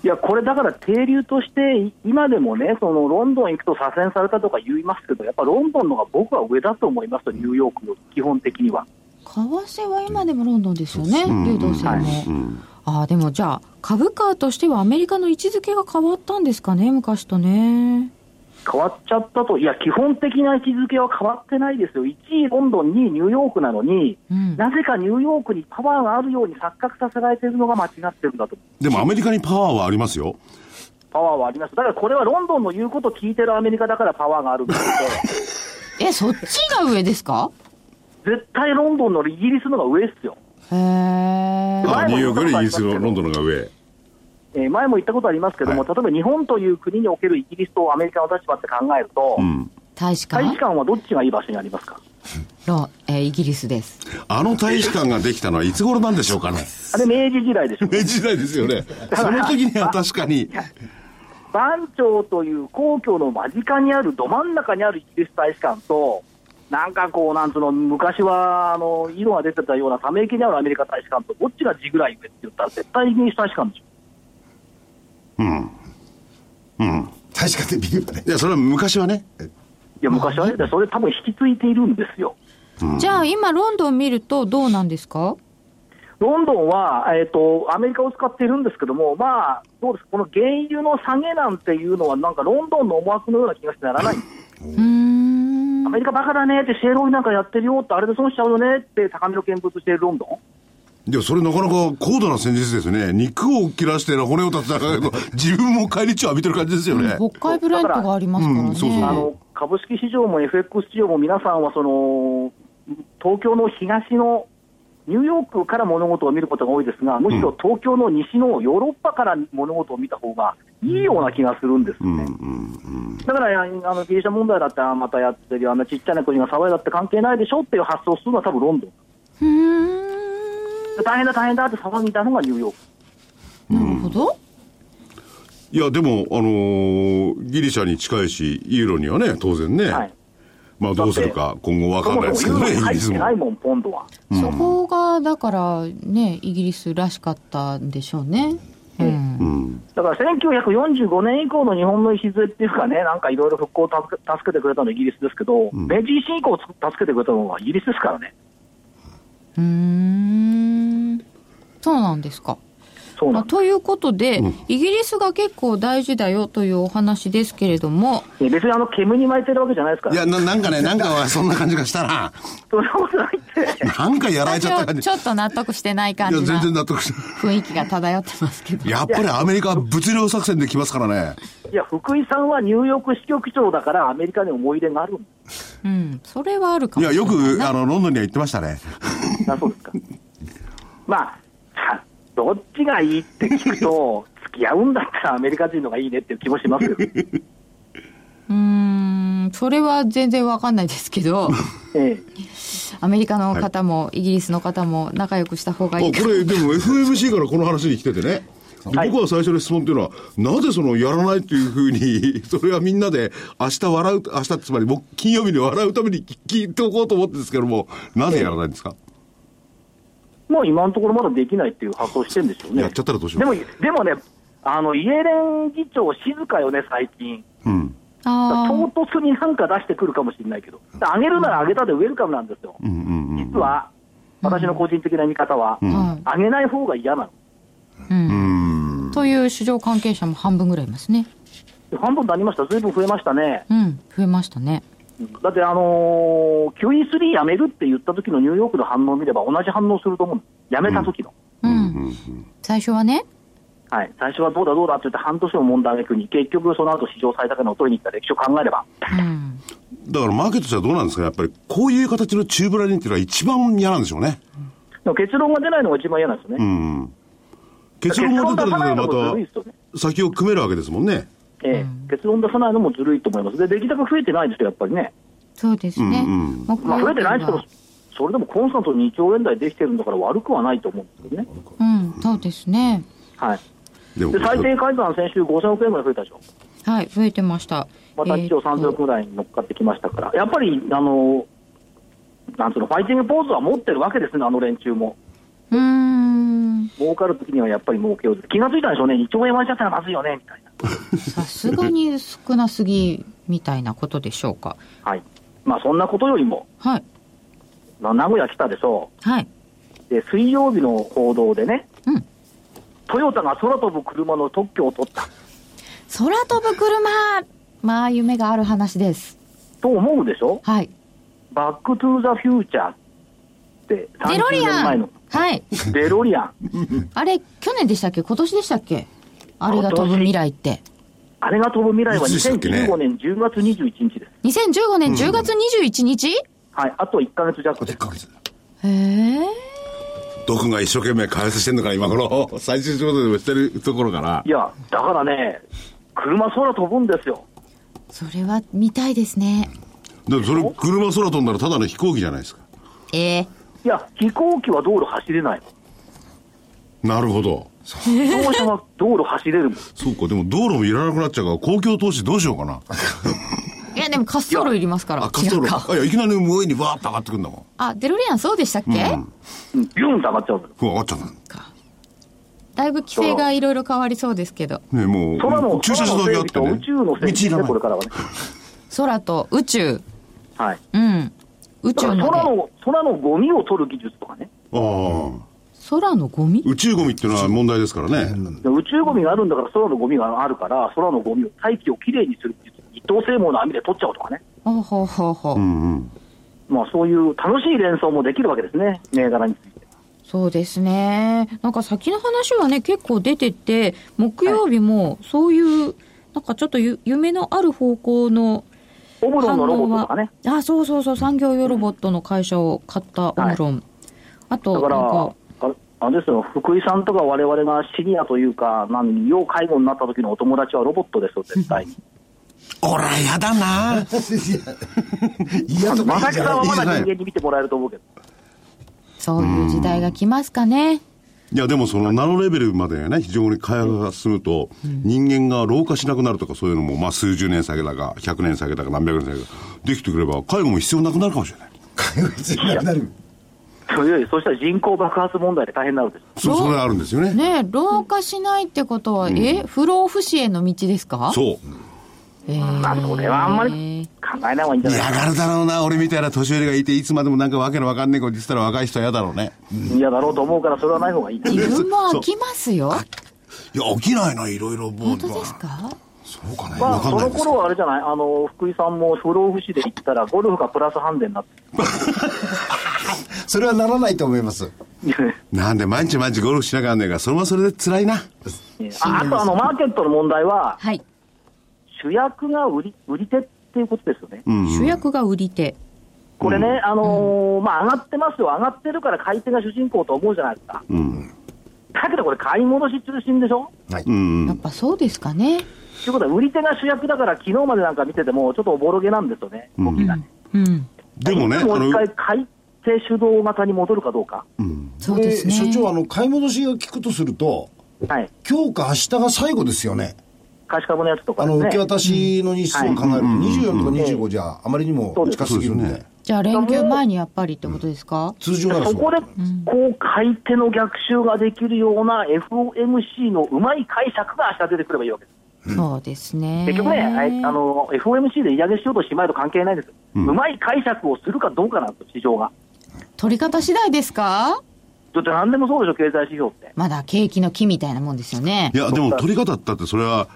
S6: いや、これだから、停留として、い今でもね、そのロンドン行くと左遷されたとか言いますけど、やっぱロンドンの方が僕は上だと思いますと、ニューヨークの基本的には。
S2: 為替は今でもロンドンですよね、流動性も。
S7: ん
S2: ああ、でもじゃあ、株価としてはアメリカの位置づけが変わったんですかね、昔とね。
S6: 変わっちゃったと、いや、基本的な位置づけは変わってないですよ、1位ロンドン、2位ニューヨークなのに、
S2: うん
S6: なぜかニューヨークにパワーがあるように錯覚させられてるのが間違ってるんだと、
S7: でもアメリカにパワーはありますよ。
S6: パワーはあります、だからこれはロンドンの言うことを聞いてるアメリカだからパワーがあるんだけ
S2: え、そっちが上ですか
S6: ど、絶対ロンドンのイギリスの方が上ですよ。
S2: へえ。
S6: 前も
S7: あニューヨークよりイギリス
S6: 言
S7: の
S6: ったことあります
S7: ロンドンの
S6: けど
S7: 方が上。
S6: えー前も言ったことありますけども、
S7: は
S6: 例えば日本という国におけるイギリスとアメリカの立場って考えると、
S7: うん。
S2: 大使
S6: 大
S2: 館
S6: 使館はどっちがいい場所にありますか
S2: ロン、えーイギリスです。
S7: あの大使館ができたのはいつ頃なんでしょうか ね。
S6: あれ、明治時代でしょ、
S7: 明治時代ですよね。その時には確かに。
S6: 番町という皇居の間近にある、ど真ん中にあるイギリス大使館と、なんかこう、なんつうの、昔はあの色が出てたようなため池にあるアメリカ大使館と、どっちが地ぐらい上って言ったら、絶対イギリス大使館でしょ。
S7: うん。うん。
S3: 大大使館でビルがね
S4: いや、それは昔はね。
S6: いや、昔はね、それ多分引き継いでいるんですよ。
S2: じゃあ今ロンドン見るとどうなんですか
S6: ロンドンは、えっとアメリカを使っているんですけども、まあ、どうですか、この原油の下げなんていうのは、なんかロンドンの思惑のような気がしてならない、アメリカバカだねって、シェールオイルなんかやってるよって、あれで損しちゃうよねって、高みの見物しているロンドン。
S4: でもそれなかなか高度な戦術ですね。肉を切らして骨を立てた けど、自分も返り血を浴びてる感じですよね。
S2: 北海ブランドがありますからね、
S4: うんそうそう
S6: あの株式市場も FX 市場も皆さんはその東京の東のニューヨークから物事を見ることが多いですが、むしろ東京の西のヨーロッパから物事を見た方がいいような気がするんですよね。だからあのギリシャ問題だってあまたやってるよ、あんなちっちゃな国が騒いだって関係ないでしょっていう発想をするのは多分ロンドン。大変だ大変だって騒ぎたのがニューヨーク。
S2: なるほど
S4: いや、でも、あのーギリシャに近いし、ユーロにはね、当然ね。
S6: はい。
S4: まあ、どうするか、今後わ
S6: そ
S4: かん
S6: も
S4: ないですけ
S6: そ
S4: ど
S6: も
S4: ね、
S6: ユ
S4: イ
S6: ーロ
S4: ギ
S6: 入
S4: リ
S6: っ
S4: ス
S6: てない
S4: も。
S6: もん、ポンドは。
S2: そこがだからねイギリスらしかったんでしょうね、うん
S6: だから1945年以降の日本の礎っていうかね、なんかいろいろ復興を助け助けてくれたのはイギリスですけど、明治維新以降を助けてくれたのはイギリスですからね、
S2: うーんそうなんですか。
S6: そう
S2: ま
S6: な
S2: あ、
S6: んで
S2: ということで、イギリスが結構大事だよというお話ですけれども、
S6: すね別にあの煙に巻いてるわけじゃないですか
S7: い
S6: ら、
S7: やな、なん かね、なんかはそんな感じがしたな。
S6: そんなことないって、
S7: なんかやられち
S2: ち
S7: ゃった
S2: ょ
S7: 感 じ。
S2: ちょっと納得してない
S7: い
S2: 感
S7: や、
S2: じ
S7: 全
S2: な
S7: 然納得しな
S2: 雰囲気が漂ってますけど
S7: い。。やっぱりアメリカは物量作戦で来ますからね。
S6: いや、福井さんはニューヨーク支局長だから、アメリカに思い入れがあるん
S2: うん、それはあるか
S7: い
S2: も
S7: や、
S2: しれ
S7: よ
S2: ない。
S7: く、あの、ロンドンには行ってましたね。
S6: だそうですか。まあ、さどっちがいいって聞くと、付き合うんだったらアメリカ人の方がいいねっていう気もしますよ。
S2: うーん、それは全然わかんないですけど、
S6: ええ
S2: アメリカの方も、イギリスの方も仲良くした方が
S4: あ
S2: いいか
S4: これ、でも FMC からこの話に来ててね。
S6: はい
S4: 僕は最初の質問っていうのは、なぜそのやらないっていうふうに、 それはみんなで、明日笑う、明日つまり僕、金曜日に笑うために聞聞いておこうと思ってるんですけども、なぜやらないんですか、
S6: もう今のところまだできないっていう発想してるんでしょうね。
S4: やっちゃったらどうしよう
S6: でも、でもね、あの、イエレン議長静かよね、最近。
S2: あー
S6: 唐突になんか出してくるかもしれないけど。あげるならあげたでウェルカムなんですよ。実は、私の個人的な見方は、
S2: はい
S6: あげない方が嫌な
S2: という市場関係者も半分ぐらいいますね。
S6: の。半分になりました。随分増えましたね。
S2: うん、増えましたね。
S6: だって、あのー、QE3 やめるって言った時のニューヨークの反応を見れば同じ反応すると思うんです。やめた時の。
S2: うん。最初はね、
S6: はい、最初はどうだどうだって言って半年も問題挙げに結局その後市場最高値を取りに行った歴史を考えれば
S2: うん、
S4: だからマーケットとしてはどうなんですかやっぱり、こういう形の中ブラリンっていうのは一番嫌なんでしょうね。
S6: でも結論が出ないのが一番嫌なんですよね。
S4: うん。結論が出たらま
S6: 結論出さないのもずるいですよね
S4: た、先を組めるわけですもんね。
S6: ええ結論出さないのもずるいと思います。で、出来高増えてないですよ、やっぱりね。
S2: そうですね。木
S6: まあ、増えてないですけ
S2: 曜
S6: ど
S2: 日は、
S6: それでもコンスタントに2兆円台できてるんだから悪くはないと思うんですよね。
S2: うん、そうですね。
S6: はい。
S4: でも
S6: で、最低改ざん先週5000億円ぐらい増えたでしょ。
S2: はい、増えてました。
S6: また1兆3000億ぐらいに乗っかってきましたから。やっぱり、あの、なんつうの、ファイティングポーズは持ってるわけですね、あの連中も。
S2: うーん、
S6: 儲かるときにはやっぱり儲けようと気がついたんでしょうね、2兆円割れちゃったらまずいよね、みたいな。
S2: さすがに少なすぎみたいなことでしょうか。
S6: はい。まあ、そんなことよりも、
S2: はい、
S6: まあ名古屋来たでしょう。
S2: はい。
S6: で水曜日の報道でね、
S2: うん
S6: トヨタが空飛ぶ車の特許を取った
S2: 空飛ぶ車まあ、夢がある話です。
S6: と思うでしょ、
S2: はい。
S6: バック・トゥ・ザ・フューチャーって、
S2: デロ
S6: 30
S2: リ
S6: 年
S2: ア
S6: 前の
S2: ンはい。
S6: デロリアン、
S2: あれ、去年でしたっけ今年でしたっけあれが飛ぶ未来って。
S6: あれが飛ぶ未来はい
S7: つでしたっけね
S6: 2015年10月21日です、
S2: 2015年10月21日、
S6: はい、あと1か月弱で
S7: 1、
S6: す
S7: ヶ月。
S2: へえ。
S7: 毒が一生懸命開発してんのかな、今頃。 最終仕事でもしてるところから
S6: い。や、だからね、車空飛ぶんですよ、
S2: それは見たいですね。
S4: でもそれ、車空飛んだらただの飛行機じゃないですか。
S2: ええ
S6: いや、飛行機は道路走れない、
S4: なるほど。
S6: 自動車は道路走れるもん、
S4: そうか、でも道路もいらなくなっちゃうから、公共投資どうしようかな。
S2: いや、でも滑走路いりますから。
S4: あ、滑走
S2: 違う
S4: 路。
S2: か。
S4: あいや、いきなり上にバーッと上がってくるんだもん。
S2: あ、デロリアンそうでしたっけ、
S6: うんビューンと上がっちゃうんです
S4: ふわ、上がっちゃうんだ。
S2: だいぶ規制がいろいろ変わりそうですけど
S4: ね、もう
S6: 空の、
S7: 駐車場だ
S6: 空
S7: けあ
S6: の
S7: ってね
S6: 整備と宇宙の整備です
S7: 道いら
S6: ね、
S7: ない
S6: これからはね。
S2: 空と宇宙
S6: はい。
S2: うん宇
S6: だ
S2: 宙
S6: から
S2: ま
S6: 空
S2: で
S6: の、空のゴミを取る技術とかね。
S4: ああ
S2: 空のゴミ
S4: 宇宙ゴミっていうのは問題ですからね、
S6: で宇宙ゴミがあるんだから空のゴミがあるから、空のゴミを大気をきれいにする技術。一等星網の網で取っちゃおうとかね。
S2: ほうほうほうほう、
S4: うんうん、
S6: まあそういう楽しい連想もできるわけですね、銘柄について。
S2: そうですねなんか先の話はね結構出てて木曜日もそういう、なんかちょっとゆ夢のある方向の
S6: オブロンのロボットとかね。
S2: あそうそうそう産業用ロボットの会社を買ったオムロン、あと
S6: だ
S2: な
S6: か、
S2: んから
S6: ああれですよ、福井さんとか我々がシニアというか、なん要介護になった時のお友達はロボットですよ、絶 対に。
S7: おら、やだな。
S3: 嫌とか
S6: ま
S3: いいん
S6: さき
S3: じ
S6: さ
S3: ゃ
S6: ん
S3: ないいい
S6: はま
S3: じゃ
S6: だ
S3: ない
S6: 人間に見てもらえると思うけど。
S2: そういう時代が来ますかね
S4: いやでもそのナノレベルまでね非常に開発が進むと、人間が老化しなくなるとかそういうのもまあ数十年下げたか100年下げたか何百年下げたかできてくれば介護も必要なくなるかもしれない
S3: 会話しなくなる
S6: それより、そしたら人口爆発問題で大変になるでしょ。
S4: そそれはあるんですよね
S2: ねえ老化しないってことは、え不老不死への道ですか
S4: そう
S2: えー
S6: まあ、それはあんまり考えない方がいいんじゃない
S7: 嫌がるだろうな、俺みたいな年寄りがいて、いつまでもなんかわけのわかんねえこと言ってたら若い人は嫌だろうね。
S6: 嫌だろうと思うから、それはない方がいい。
S2: 自分も飽きますよ
S7: いや、起きないな、いろいろ、もう。
S2: 本当ですか
S7: そうかね、
S6: ま
S7: わ
S6: あ、
S7: か
S6: そ
S7: んない
S6: の
S7: です
S6: 頃はあれじゃない、あの福井さんも不老不死で行ったら、ゴルフがプラスハンデになって、
S3: それはならないと思います
S4: なんで毎日毎日ゴルフしなきゃなんねえからそれはそれで辛いな
S6: ああとあのマーケットの問題は、
S2: はい、
S6: 主役が売り売り手っていうことですよね、
S2: 主役が売り手
S6: これね、あのーまあ、上がってますよ、上がってるから買い手が主人公と思うじゃないですか、だけどこれ、買い戻し中心でしょ
S3: はい、
S2: やっぱそうですかね
S6: ということは、売り手が主役だから、昨日までなんか見てても、ちょっとおぼろげなんですよね、動きが。
S2: うん
S4: でもね
S6: も
S4: あ
S6: う
S4: の
S6: 一回、買い手主導型に戻るかどうか。
S2: そうですね
S3: 所長あの買い戻しが聞くとすると
S6: はい
S3: 今日か明日が最後ですよね
S6: 貸し株のやつとか
S3: あ
S6: で
S3: の
S6: すね
S3: 受け渡しの日数を考えると24とか25じゃあまりにも近すぎるん
S4: そうです
S3: で
S4: ね
S2: じゃあ連休前にやっぱりってことですか、
S3: 通常なら
S6: そこで
S3: う、
S6: こう、買い手の逆襲ができるような FOMC のうまい解釈が明日出てくればいいわけです。
S2: そうですね
S6: 結局ね、あいあの、FOMC で嫌げしようとしまいと関係ないです。うまい解釈をするかどうかなんですよ、市場が。
S2: 取り方次第ですか
S6: だって何でもそうでしょ、経済指標って。
S2: まだ景気の木みたいなもんですよね
S4: いやでも取り方だってそれは、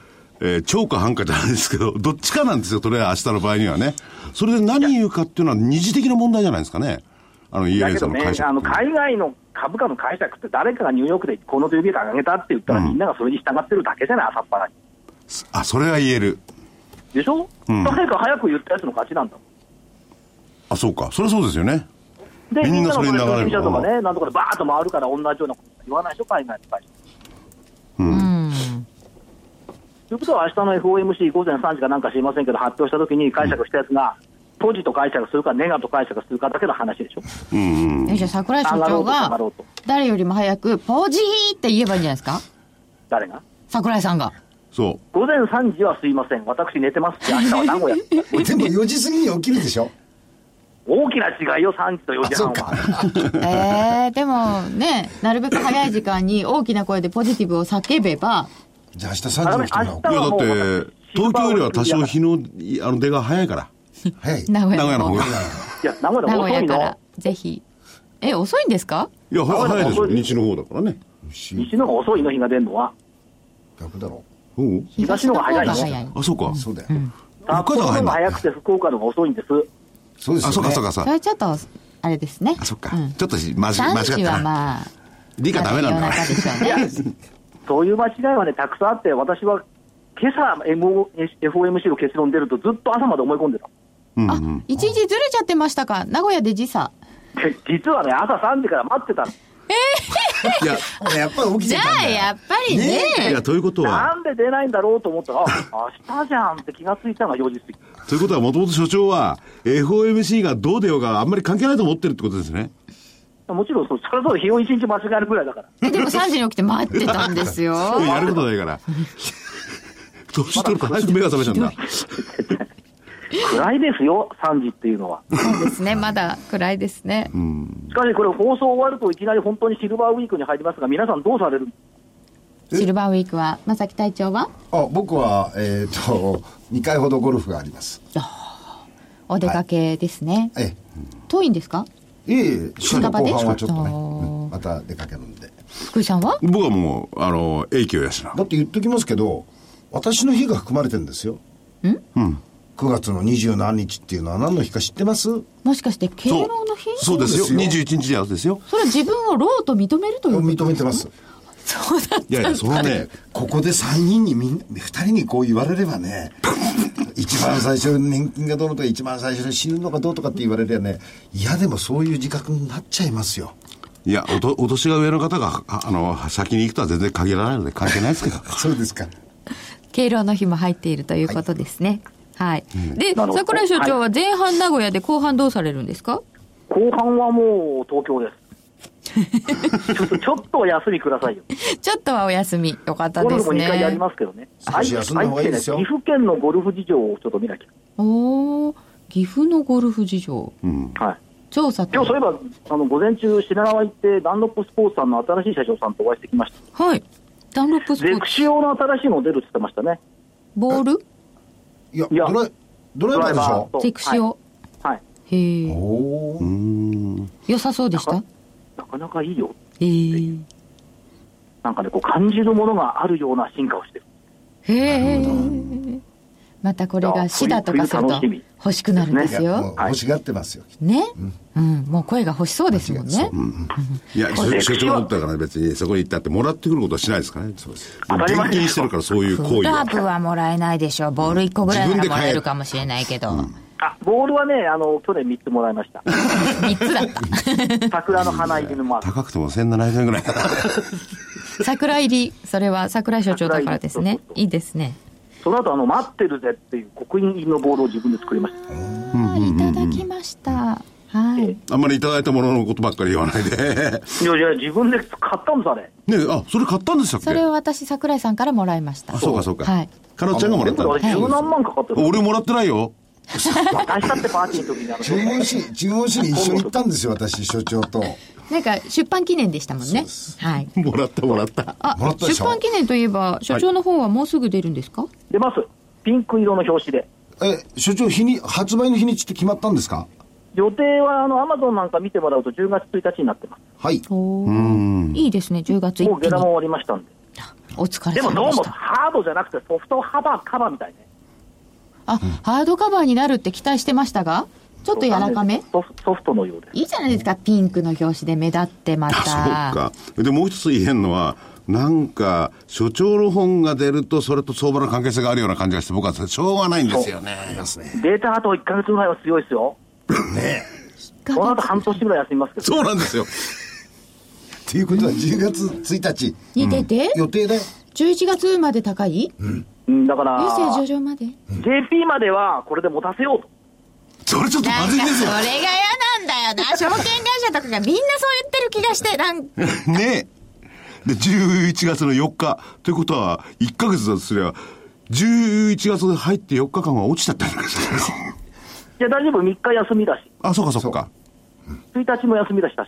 S4: えー、超か半かじゃないですけどどっちかなんですよとりあえず明日の場合にはねそれで何言うかっていうのは二次的な問題じゃないですかねあのイエ
S6: だ
S4: レン
S6: け
S4: さん
S6: ど
S4: の
S6: ね
S4: 会、社
S6: あの海外の株価の解釈って、誰かがニューヨークでこの指が上げたって言ったら、みんながそれに従ってるだけじゃない、朝っぱらに。
S4: あそれは言える
S6: でしょ、誰か早く言ったやつの勝ちなんだもん
S4: あそうかそれはそうですよね
S6: で、
S4: み
S6: み
S4: ん
S6: ん
S4: な
S6: な
S4: それ
S6: の
S4: に流れる
S6: 消費者とかね、なんとかでバーッと回るから、同じようなこと言わないでしょ、海外の会社。
S2: うん
S6: ということは、明日の FOMC 午前3時かなんか知りませんけど、発表したときに解釈したやつが、ポジと解釈するか、ネガと解釈するかだけの話でしょ。
S2: よいしょ桜井所
S6: 上が
S2: 長
S6: ろうと
S2: が
S6: 下がろうと、
S2: 誰よりも早くポジーって言えばいいんじゃないですか
S6: 誰が。
S2: 桜井さんが
S4: そう
S6: 午前3時はすいません、私寝てますって、明日は名古屋。
S3: でも4時過ぎに起きるでしょ
S6: 大きな違いよ、3時と4時半は。
S2: えー、でもねなるべく早い時間に大きな声でポジティブを叫べば
S3: じゃあ明日3時に起きてもらおう
S6: あ
S4: いやだっ
S6: もう
S4: て東京よりは多少日のいあの出が早いから
S3: はい
S2: 名古
S4: 名
S2: 屋
S4: 古屋
S2: の方
S4: の方が
S6: いや、名古
S2: 名
S6: 屋
S2: 古
S6: 遅
S2: 屋
S6: い
S2: から
S6: の。
S2: ぜひえ遅いんですか
S4: いやは早いでしょ
S6: 名古屋の方が
S4: 日の方だからね
S6: 西の方が遅いの、日が出るのは。
S3: 逆だろ
S4: うん
S6: 東の方が早いの。
S2: 東の方が
S4: あそうか
S3: そうだよ、
S6: 札幌の方が早くて、福岡の方が遅いんです。
S3: そうですよ、ね、
S7: あ、そうか、そうか、そう
S2: それ
S7: か。
S2: はちょっとあれですね
S7: あ、そっか。
S2: うん
S7: ちょっとし、まじ、間
S2: 3
S7: 違っ
S2: 時
S7: た
S2: は
S7: な。
S2: まあ
S7: 理科ダメなんだ
S2: 夜
S7: な。
S2: 中でしょうね
S6: そういう間違いはね、たくさんあって、私は今朝 MO FOMC の結論出ると、ずっと朝まで思い込んでた。
S4: うんう
S2: あ
S4: ん、
S2: 一時ずれちゃってましたか。名古屋で時差。
S6: で実はね、朝3時から待ってたの
S4: いや
S3: やっぱり起き
S2: じ
S3: て
S2: ゃ
S3: たん
S2: あ、
S3: だよ
S2: やっぱりね。
S4: いやということは
S6: なんで出ないんだろうと思ったら、あ 明日じゃんって気がついたのが4時過ぎ。
S4: ということはもともと所長は FOMC がどう出ようがあんまり関係ないと思ってるってことですね
S6: もちろんそう、それぞれ日を一日間違えるぐらいだから。
S2: えでも3時に起きて待ってたんですよ。
S4: やることないから 年取ると早く目が覚めちゃうんだ
S6: 暗いですよ、3時っていうのは。
S2: そうですね。まだ暗いですね。
S6: しかしこれ放送終わるといきなり本当にシルバーウィークに入りますが、皆さんどうされる
S2: シルバーウィークは正木隊長は
S3: あ僕は、えっ、と、2回 ほどゴルフがあります。
S2: お出かけですね、
S3: え
S2: 遠いんですか
S3: え。いえいえ、週の
S2: 近場で
S3: 後半はちょっとね、
S2: あー
S3: うんまた出かけるんで。
S2: 福井さんは
S4: 僕はもう、あの、英気を養う。
S3: だって言っときますけど、私の日が含まれてるんですよ。うん ?9 月の二十何日っていうのは何の日か知ってます
S2: もしかして敬
S4: そう
S2: 老の日
S4: そうですよ。
S3: そうです
S4: 21日で会うですよ。
S2: それは自分を老と認めるということ
S3: 認めてます。
S2: そうだ
S4: いやいや、そのね、
S3: ここで3人にみん、2人にこう言われればね、 一番最初に年金がどうのとか、一番最初に死ぬのかどうとかって言われりゃね、いやでもそういう自覚になっちゃいますよ。
S4: いや、おと、お年が上の方が、ああの、先に行くとは全然限らないので、関係ないですけど。
S3: そうですか。
S2: 敬老の日も入っているということですねはい、で
S6: なるほど
S2: 桜井所長
S6: は
S2: は前半名古屋で後半どうされるんですか、
S6: 後半はもう東京 です。ちょっと、ちょっとお休みくださいよ。
S2: ちょっとはお休みよかった
S6: ゴル
S2: で
S6: フ
S2: す
S6: も2回やり
S2: ね
S6: ますけどね。
S3: 少し休んだ方がいいですよ
S6: 愛知県ね岐阜県のゴルフ事情をちょっと見なき
S2: おお岐阜のゴルフ事情
S6: ゃ。はい。
S2: 調査
S6: 今
S2: と
S6: 日そういえば、あの、午前中、品川行って、ダンロップスポーツさんの新しい社長さんとお会いしてきまし
S2: はいダンロップ
S6: た。
S2: スポ
S6: ゼ
S2: ー
S6: ク
S2: ツ
S6: シオの新しいの出るって言ってましたね。
S2: ボール
S3: いや、
S6: いや
S3: ドライ、ドライバーでしょ
S6: と
S2: ゼクシオ、
S6: はい。はい
S2: へえ
S3: おー
S2: 良さそうでした
S6: なかなかいいよ。
S2: へえ
S6: なんかね、こう感じるものがあるような進化をしてる。
S2: へえまたこれがシだとかする
S6: い
S2: と
S6: や冬楽しみ
S2: 欲しくなるんで
S3: い
S2: す
S3: や、も
S2: よ
S3: う欲しがってますよ。
S2: ね、うん、もう声が欲しそうですもんね
S4: いや、
S6: れ
S4: 所所長だったから別に、そこに行ったってもらってくることはしないですからね。そうです。
S6: 当たり前
S4: 現金してるから、そういう行為
S2: カ
S4: は
S2: ー。プはもらえないでしょう。ボール1個ぐらいならもらえるかもしれないけど。
S6: あ、ボールはね、あの、去年3つもらいま した。
S2: 3つだった。
S6: 桜の花入りのマーク。
S4: 高くても1700円ぐらい。
S2: 桜入り。それは桜井所長だからですね。いいですね。
S6: その後、あの、待ってるぜっていう刻印入りのボールを自分で作りました。
S2: あいただきました。はい。
S4: あんまりいただいたもののことばっかり言わないで。
S6: いやいや、自分で買ったんです、あれ。
S4: ねあ、それ買ったんでしたっけ
S2: それを私、桜井さんからもらいました
S4: あ、。そうかそうか。
S2: はい。
S4: カロちゃんがもら
S6: 全
S4: ったの
S6: 部であれ十何万かかってる。
S4: 俺もらってないよ。
S6: 私だってパーティーの時にあの
S3: 注文し、注文しに一緒に行ったんですよ、私、所長と。
S2: なんか、出版記念でしたもんね。はい。
S4: もらったもらった。
S3: もら
S2: あ
S3: っ、たでし
S2: 出
S3: ょ
S2: 版記念といえば、所長の方はもうすぐ出るんですか
S6: 出ます。ピンク色の表紙で。
S3: え、所長、日に、発売の日にちって決まったんですか
S6: 予定は、あの、アマゾンなんか見てもらうと10月1日になってます。
S3: はい。
S2: おーいいですね、10月
S6: も
S2: 1
S6: うゲ
S2: 日
S6: ラも
S2: に。
S6: 終わりましたんで。
S2: お疲れ
S6: でも
S2: 様
S6: どう
S2: でし
S6: も、
S2: た。
S6: ハードじゃなくてソフトハバーカバーみたいね。
S2: あ、ハードカバーになるって期待してましたが、ちょっと柔らかめ
S6: ソフソフトのようです。
S2: いいじゃないですか、ピンクの表紙で目立ってまた。
S4: あそうか。で、もう一つ言えんのは、なんか、所長の本が出ると、それと相場の関係性があるような感じがして、僕はしょうがないんですよね。
S6: データあと1ヶ月ぐらいは強いですよ。
S2: か
S6: この後半年ぐらい休みますけど。
S4: そうなんですよ。
S3: っていうことは10月1日、
S2: に出て、
S3: 予定だよ。
S2: 11月まで高い
S6: うん、だから、
S2: 郵政上場まで。
S6: JP まではこれで持たせようと。
S4: それちょっとまずいですよ。
S2: れが嫌なんだよな。証券会社とかがみんなそう言ってる気がして、なん
S4: ねえ。で、11月の4日。ということは、1ヶ月だとすりゃ、11月に入って4日間は落ちたって話じゃないですか。
S6: いや、大丈夫、3日休みだし、
S4: あ、そうかそうか。
S6: 1日も休みだし、だし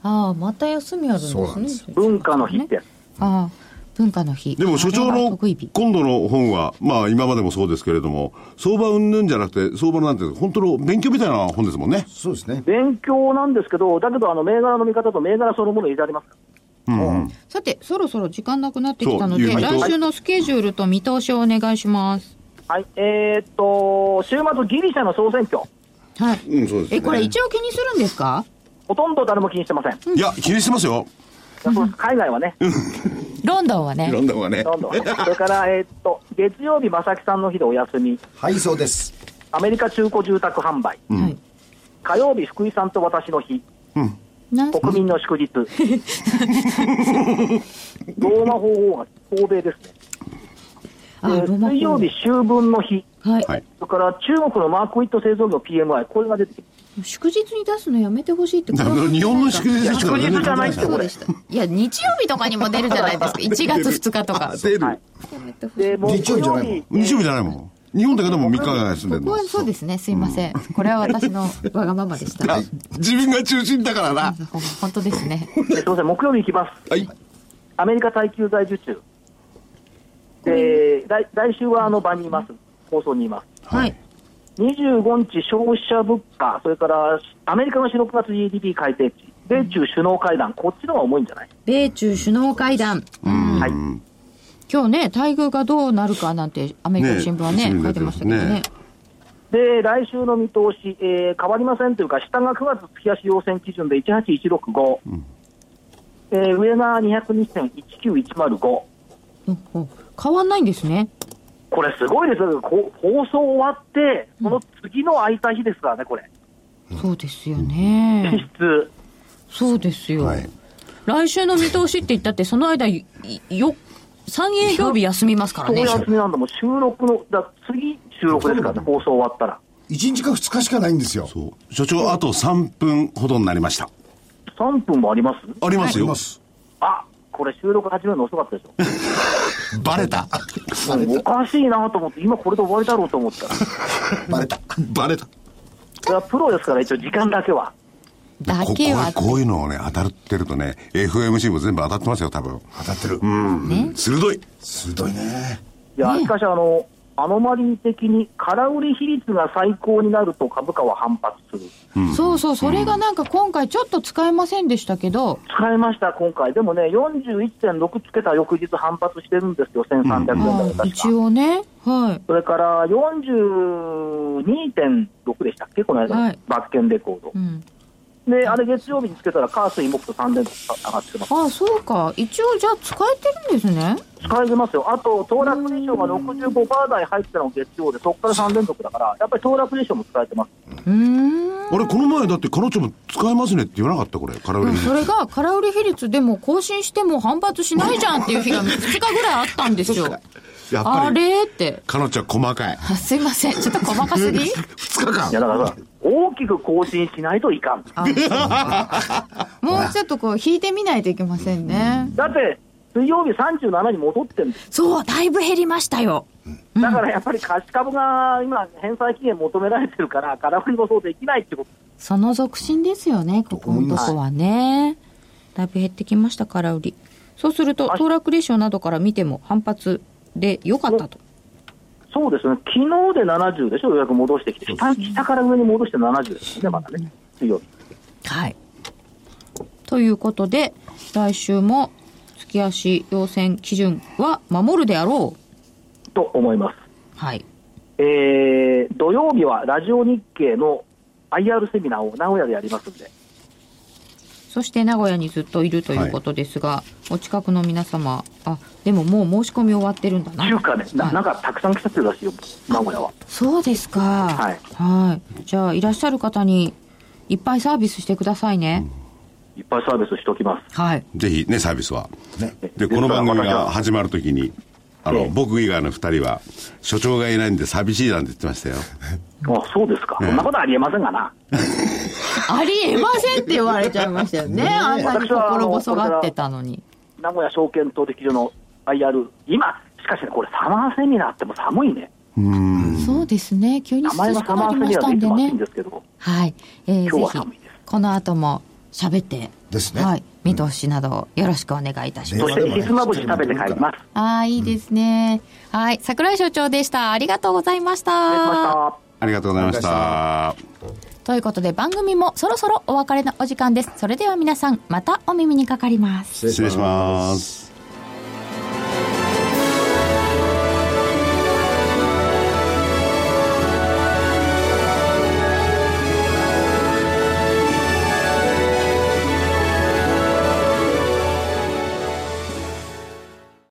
S2: ああ、また休みあるんですね。
S3: そうなんです
S6: 文化の日ってやつ。
S2: ああ、文化の日。
S4: でも所
S2: あ
S4: 長
S2: れは
S4: の
S2: 得意日
S4: 今度の本は、まあ今までもそうですけれども、相場云々じゃなくて、相場のなんていうの、本当の勉強みたいな本ですもんね。
S3: そうですね。
S6: 勉強なんですけど、だけど、あの、銘柄の見方と銘柄そのもの入れられますか
S2: さて、そろそろ時間なくなってきたの
S4: そ
S2: で、
S4: う言うと
S2: 来週のスケジュールと見通しをお願いします。
S6: ら。はい、えー、っと、週末ギリシャの総選挙。
S2: はい。
S4: うん、そうです、
S2: え、これ一応気にするんですか
S6: ほとんど誰も気にしてません。
S4: いや、気にしてますよ。
S6: 海外はね、
S2: ロンドンはね
S4: い。ろんなもがね。
S6: どんどん。それから、えーっと、月曜日、正木さんの日でお休み。
S3: はい、そうです。
S6: アメリカ中古住宅販売。
S2: はい。
S6: 火曜日、福井さんと私の日。
S2: なん
S6: 国民の祝日。ローマ法王が欧米ですね。
S2: あ、
S6: で
S2: ロマ法
S6: 水曜日、秋分の日。
S2: はい。
S4: はい。
S6: それから中国のマークウィット製造業 PMI、これが出てきて、
S2: 祝日に出すのやめてほしいって
S4: だから日本の祝日ですから
S6: いや祝日じゃないです
S2: そ
S6: よ
S2: うでした。いや、日曜日とかにも出るじゃない ですか。1月2日とか。
S4: セール
S6: はいで木
S3: 日曜日じゃ
S6: 曜
S3: ないもん
S6: 日、
S4: 日曜日じゃないもん。日本だけでも3日ぐらい住んで
S2: こ
S4: る
S2: こ
S4: の
S2: は。そうですね。すいません。これは私のわがままでした。
S4: あ自分が中心だからな。
S2: ほん本当ですね。
S6: えすみません、木曜日行きます。
S4: はい。
S6: アメリカ耐久財受注。で、来来週はあの場にいます。放送にいます。
S2: はい。
S6: 25日消費者物価、それからアメリカの4、6月 GDP 改定値、米中首脳会談、こっちの方が重いんじゃない、
S2: 米中首脳会談。
S6: はい、
S2: 今日ね、待遇がどうなるかなんて、アメリカの新聞はね、
S4: ね
S2: 書いてましたけどね
S4: ね。
S6: で来週の見通し、えー変わりませんというか、下が9月月足要線基準で18165、えー上が202.19105、
S2: うんうん変わんないんですね。
S6: これすごいですよ、こう放送終わって、その次の空いた日ですからね、これ、
S2: そうですよ
S6: 実
S2: ね。
S6: 質。
S2: そうですよ。
S3: はい
S2: 来週の見通しって言ったって、その間、いよ、3営業日休みますから
S6: そう
S2: ね。
S6: 休みなんだもん、収録の、だ次収録ですからね、放送終わったら。
S3: 1日か2日しかないんですよ。
S7: そう所長、あと3分ほどになりました。
S6: 3分もあります
S7: あります
S3: い
S7: よ。
S3: ます。
S6: あこれ収録始めるの遅かったでしょ。
S7: バレた。
S6: おかしいなと思って、今これで終わりだろうと思ったら、こ
S3: バレた。
S7: バレた。
S6: れはプロですから、一応、時間だけは。
S2: だ
S7: ここ
S2: けは
S7: うこういうのをね、当たってるとね、FMC も全部当たってますよ、多分。
S3: 当たってる。
S2: ね。
S7: 鋭い。
S3: 鋭いね。
S6: いや、しかし、あの、アノマリー的に、空売り比率が最高になると株価は反発する。
S2: そうそう、それがなんか今回ちょっと使えませんでしたけど、
S6: 使いました、今回。でもね、41.6つけた翌日反発してるんですよ、1300円台
S2: は
S6: で
S2: い、
S6: 確
S2: 一
S6: か。
S2: 応ね、は
S6: それから、42.6でしたっけこの間、
S2: はい
S6: バッケンレコード
S2: い。う。ん。
S6: で、あれ月曜日につけたら、火水木と3連続上がってます。
S2: ああ、そうか。一応じゃあ使えてるんですね。
S6: 使えますよ。あと、騰落レシオが65%台入ってたの月曜で、そこから3連続だから、やっぱり騰落レシオも使えてます。
S2: うーん。
S7: あれ、この前だって、彼女も使えますねって言わなかった、これ。空売り。
S2: それが空売り比率でも更新しても反発しないじゃんっていう日が2日ぐらいあったんですよ。
S7: やっ
S2: あ
S7: ぱり、
S2: れって。
S7: 彼女は細かい。
S2: あすいません。ちょっと細かすぎ
S7: 2日間
S6: いや、だからさ、大きく更新しないといかん。
S2: あもうちょっとこう引いてみないといけませんね。
S6: だって、水曜日37に戻ってんです。
S2: そう、だいぶ減りましたよ。
S6: だからやっぱり貸し株が今、返済期限求められてるから、空振りもそうできないってこと。
S2: その続進ですよね、ここのとこはね。だいぶ減ってきました、空売り。そうすると、騰落レシオなどから見ても反発で良かったと。
S6: そうですね、昨日で70でしょ、ようやく戻してきて、下下から上に戻して70ですね、まだね、水曜日。
S2: はい。ということで、来週も月足要線基準は守るであろう。
S6: と思います。
S2: はい。
S6: えー、土曜日はラジオ日経の IR セミナーを名古屋でやりますんで、
S2: そして名古屋にずっといるということですが、お近くの皆様、あ、でももう申し込み終わってるんだな。
S6: 中華ね、な
S2: はい
S6: なんかたくさん来たってるらしいよ、名古屋は。
S2: そうですか。はいいじゃあ、いらっしゃる方にいっぱいサービスしてくださいね。
S6: いっぱいサービスしておきます。
S2: はい。
S7: ぜひね、サービスは。
S3: ね。
S7: で、この番組が始まるときに、あの、僕以外の2人は、所長がいないんで寂しいなんて言ってましたよ。
S6: あ、そうですか。そんなことありえませんがな。
S2: ありえませんって言われちゃいましたよね。あんなに心細がってたのに。
S6: 名古屋証券投的所の IR、今、しかしね、これサマーセミナーっても寒いね。
S2: そうですね。急に涼
S6: 名
S2: し
S6: 前が
S2: く
S6: サ
S2: な
S6: マ
S2: り
S6: ーセ
S2: ま
S6: ミ
S2: し
S6: ナ
S2: た
S6: ー
S2: ん
S6: で
S2: で
S6: いつも暑い
S2: ね
S6: んで。すけど、
S2: はい、えー、
S6: 今日は
S2: ぜ
S6: 寒い
S2: ひ
S6: です
S2: この後も喋って
S3: ですね
S2: はい、見通しなどよろしくお願いいたします。
S6: そしてひつまぶし食べて帰ります。
S5: ああ、いいですね。はい。桜井所長でした。ありがとうございました。
S6: ありがとうございました。
S7: ありがとうございまし
S3: あ
S7: た。
S5: ということで番組もそろそろお別れのお時間です。それでは皆さん、またお耳にかかります。
S3: 失
S7: 失礼します。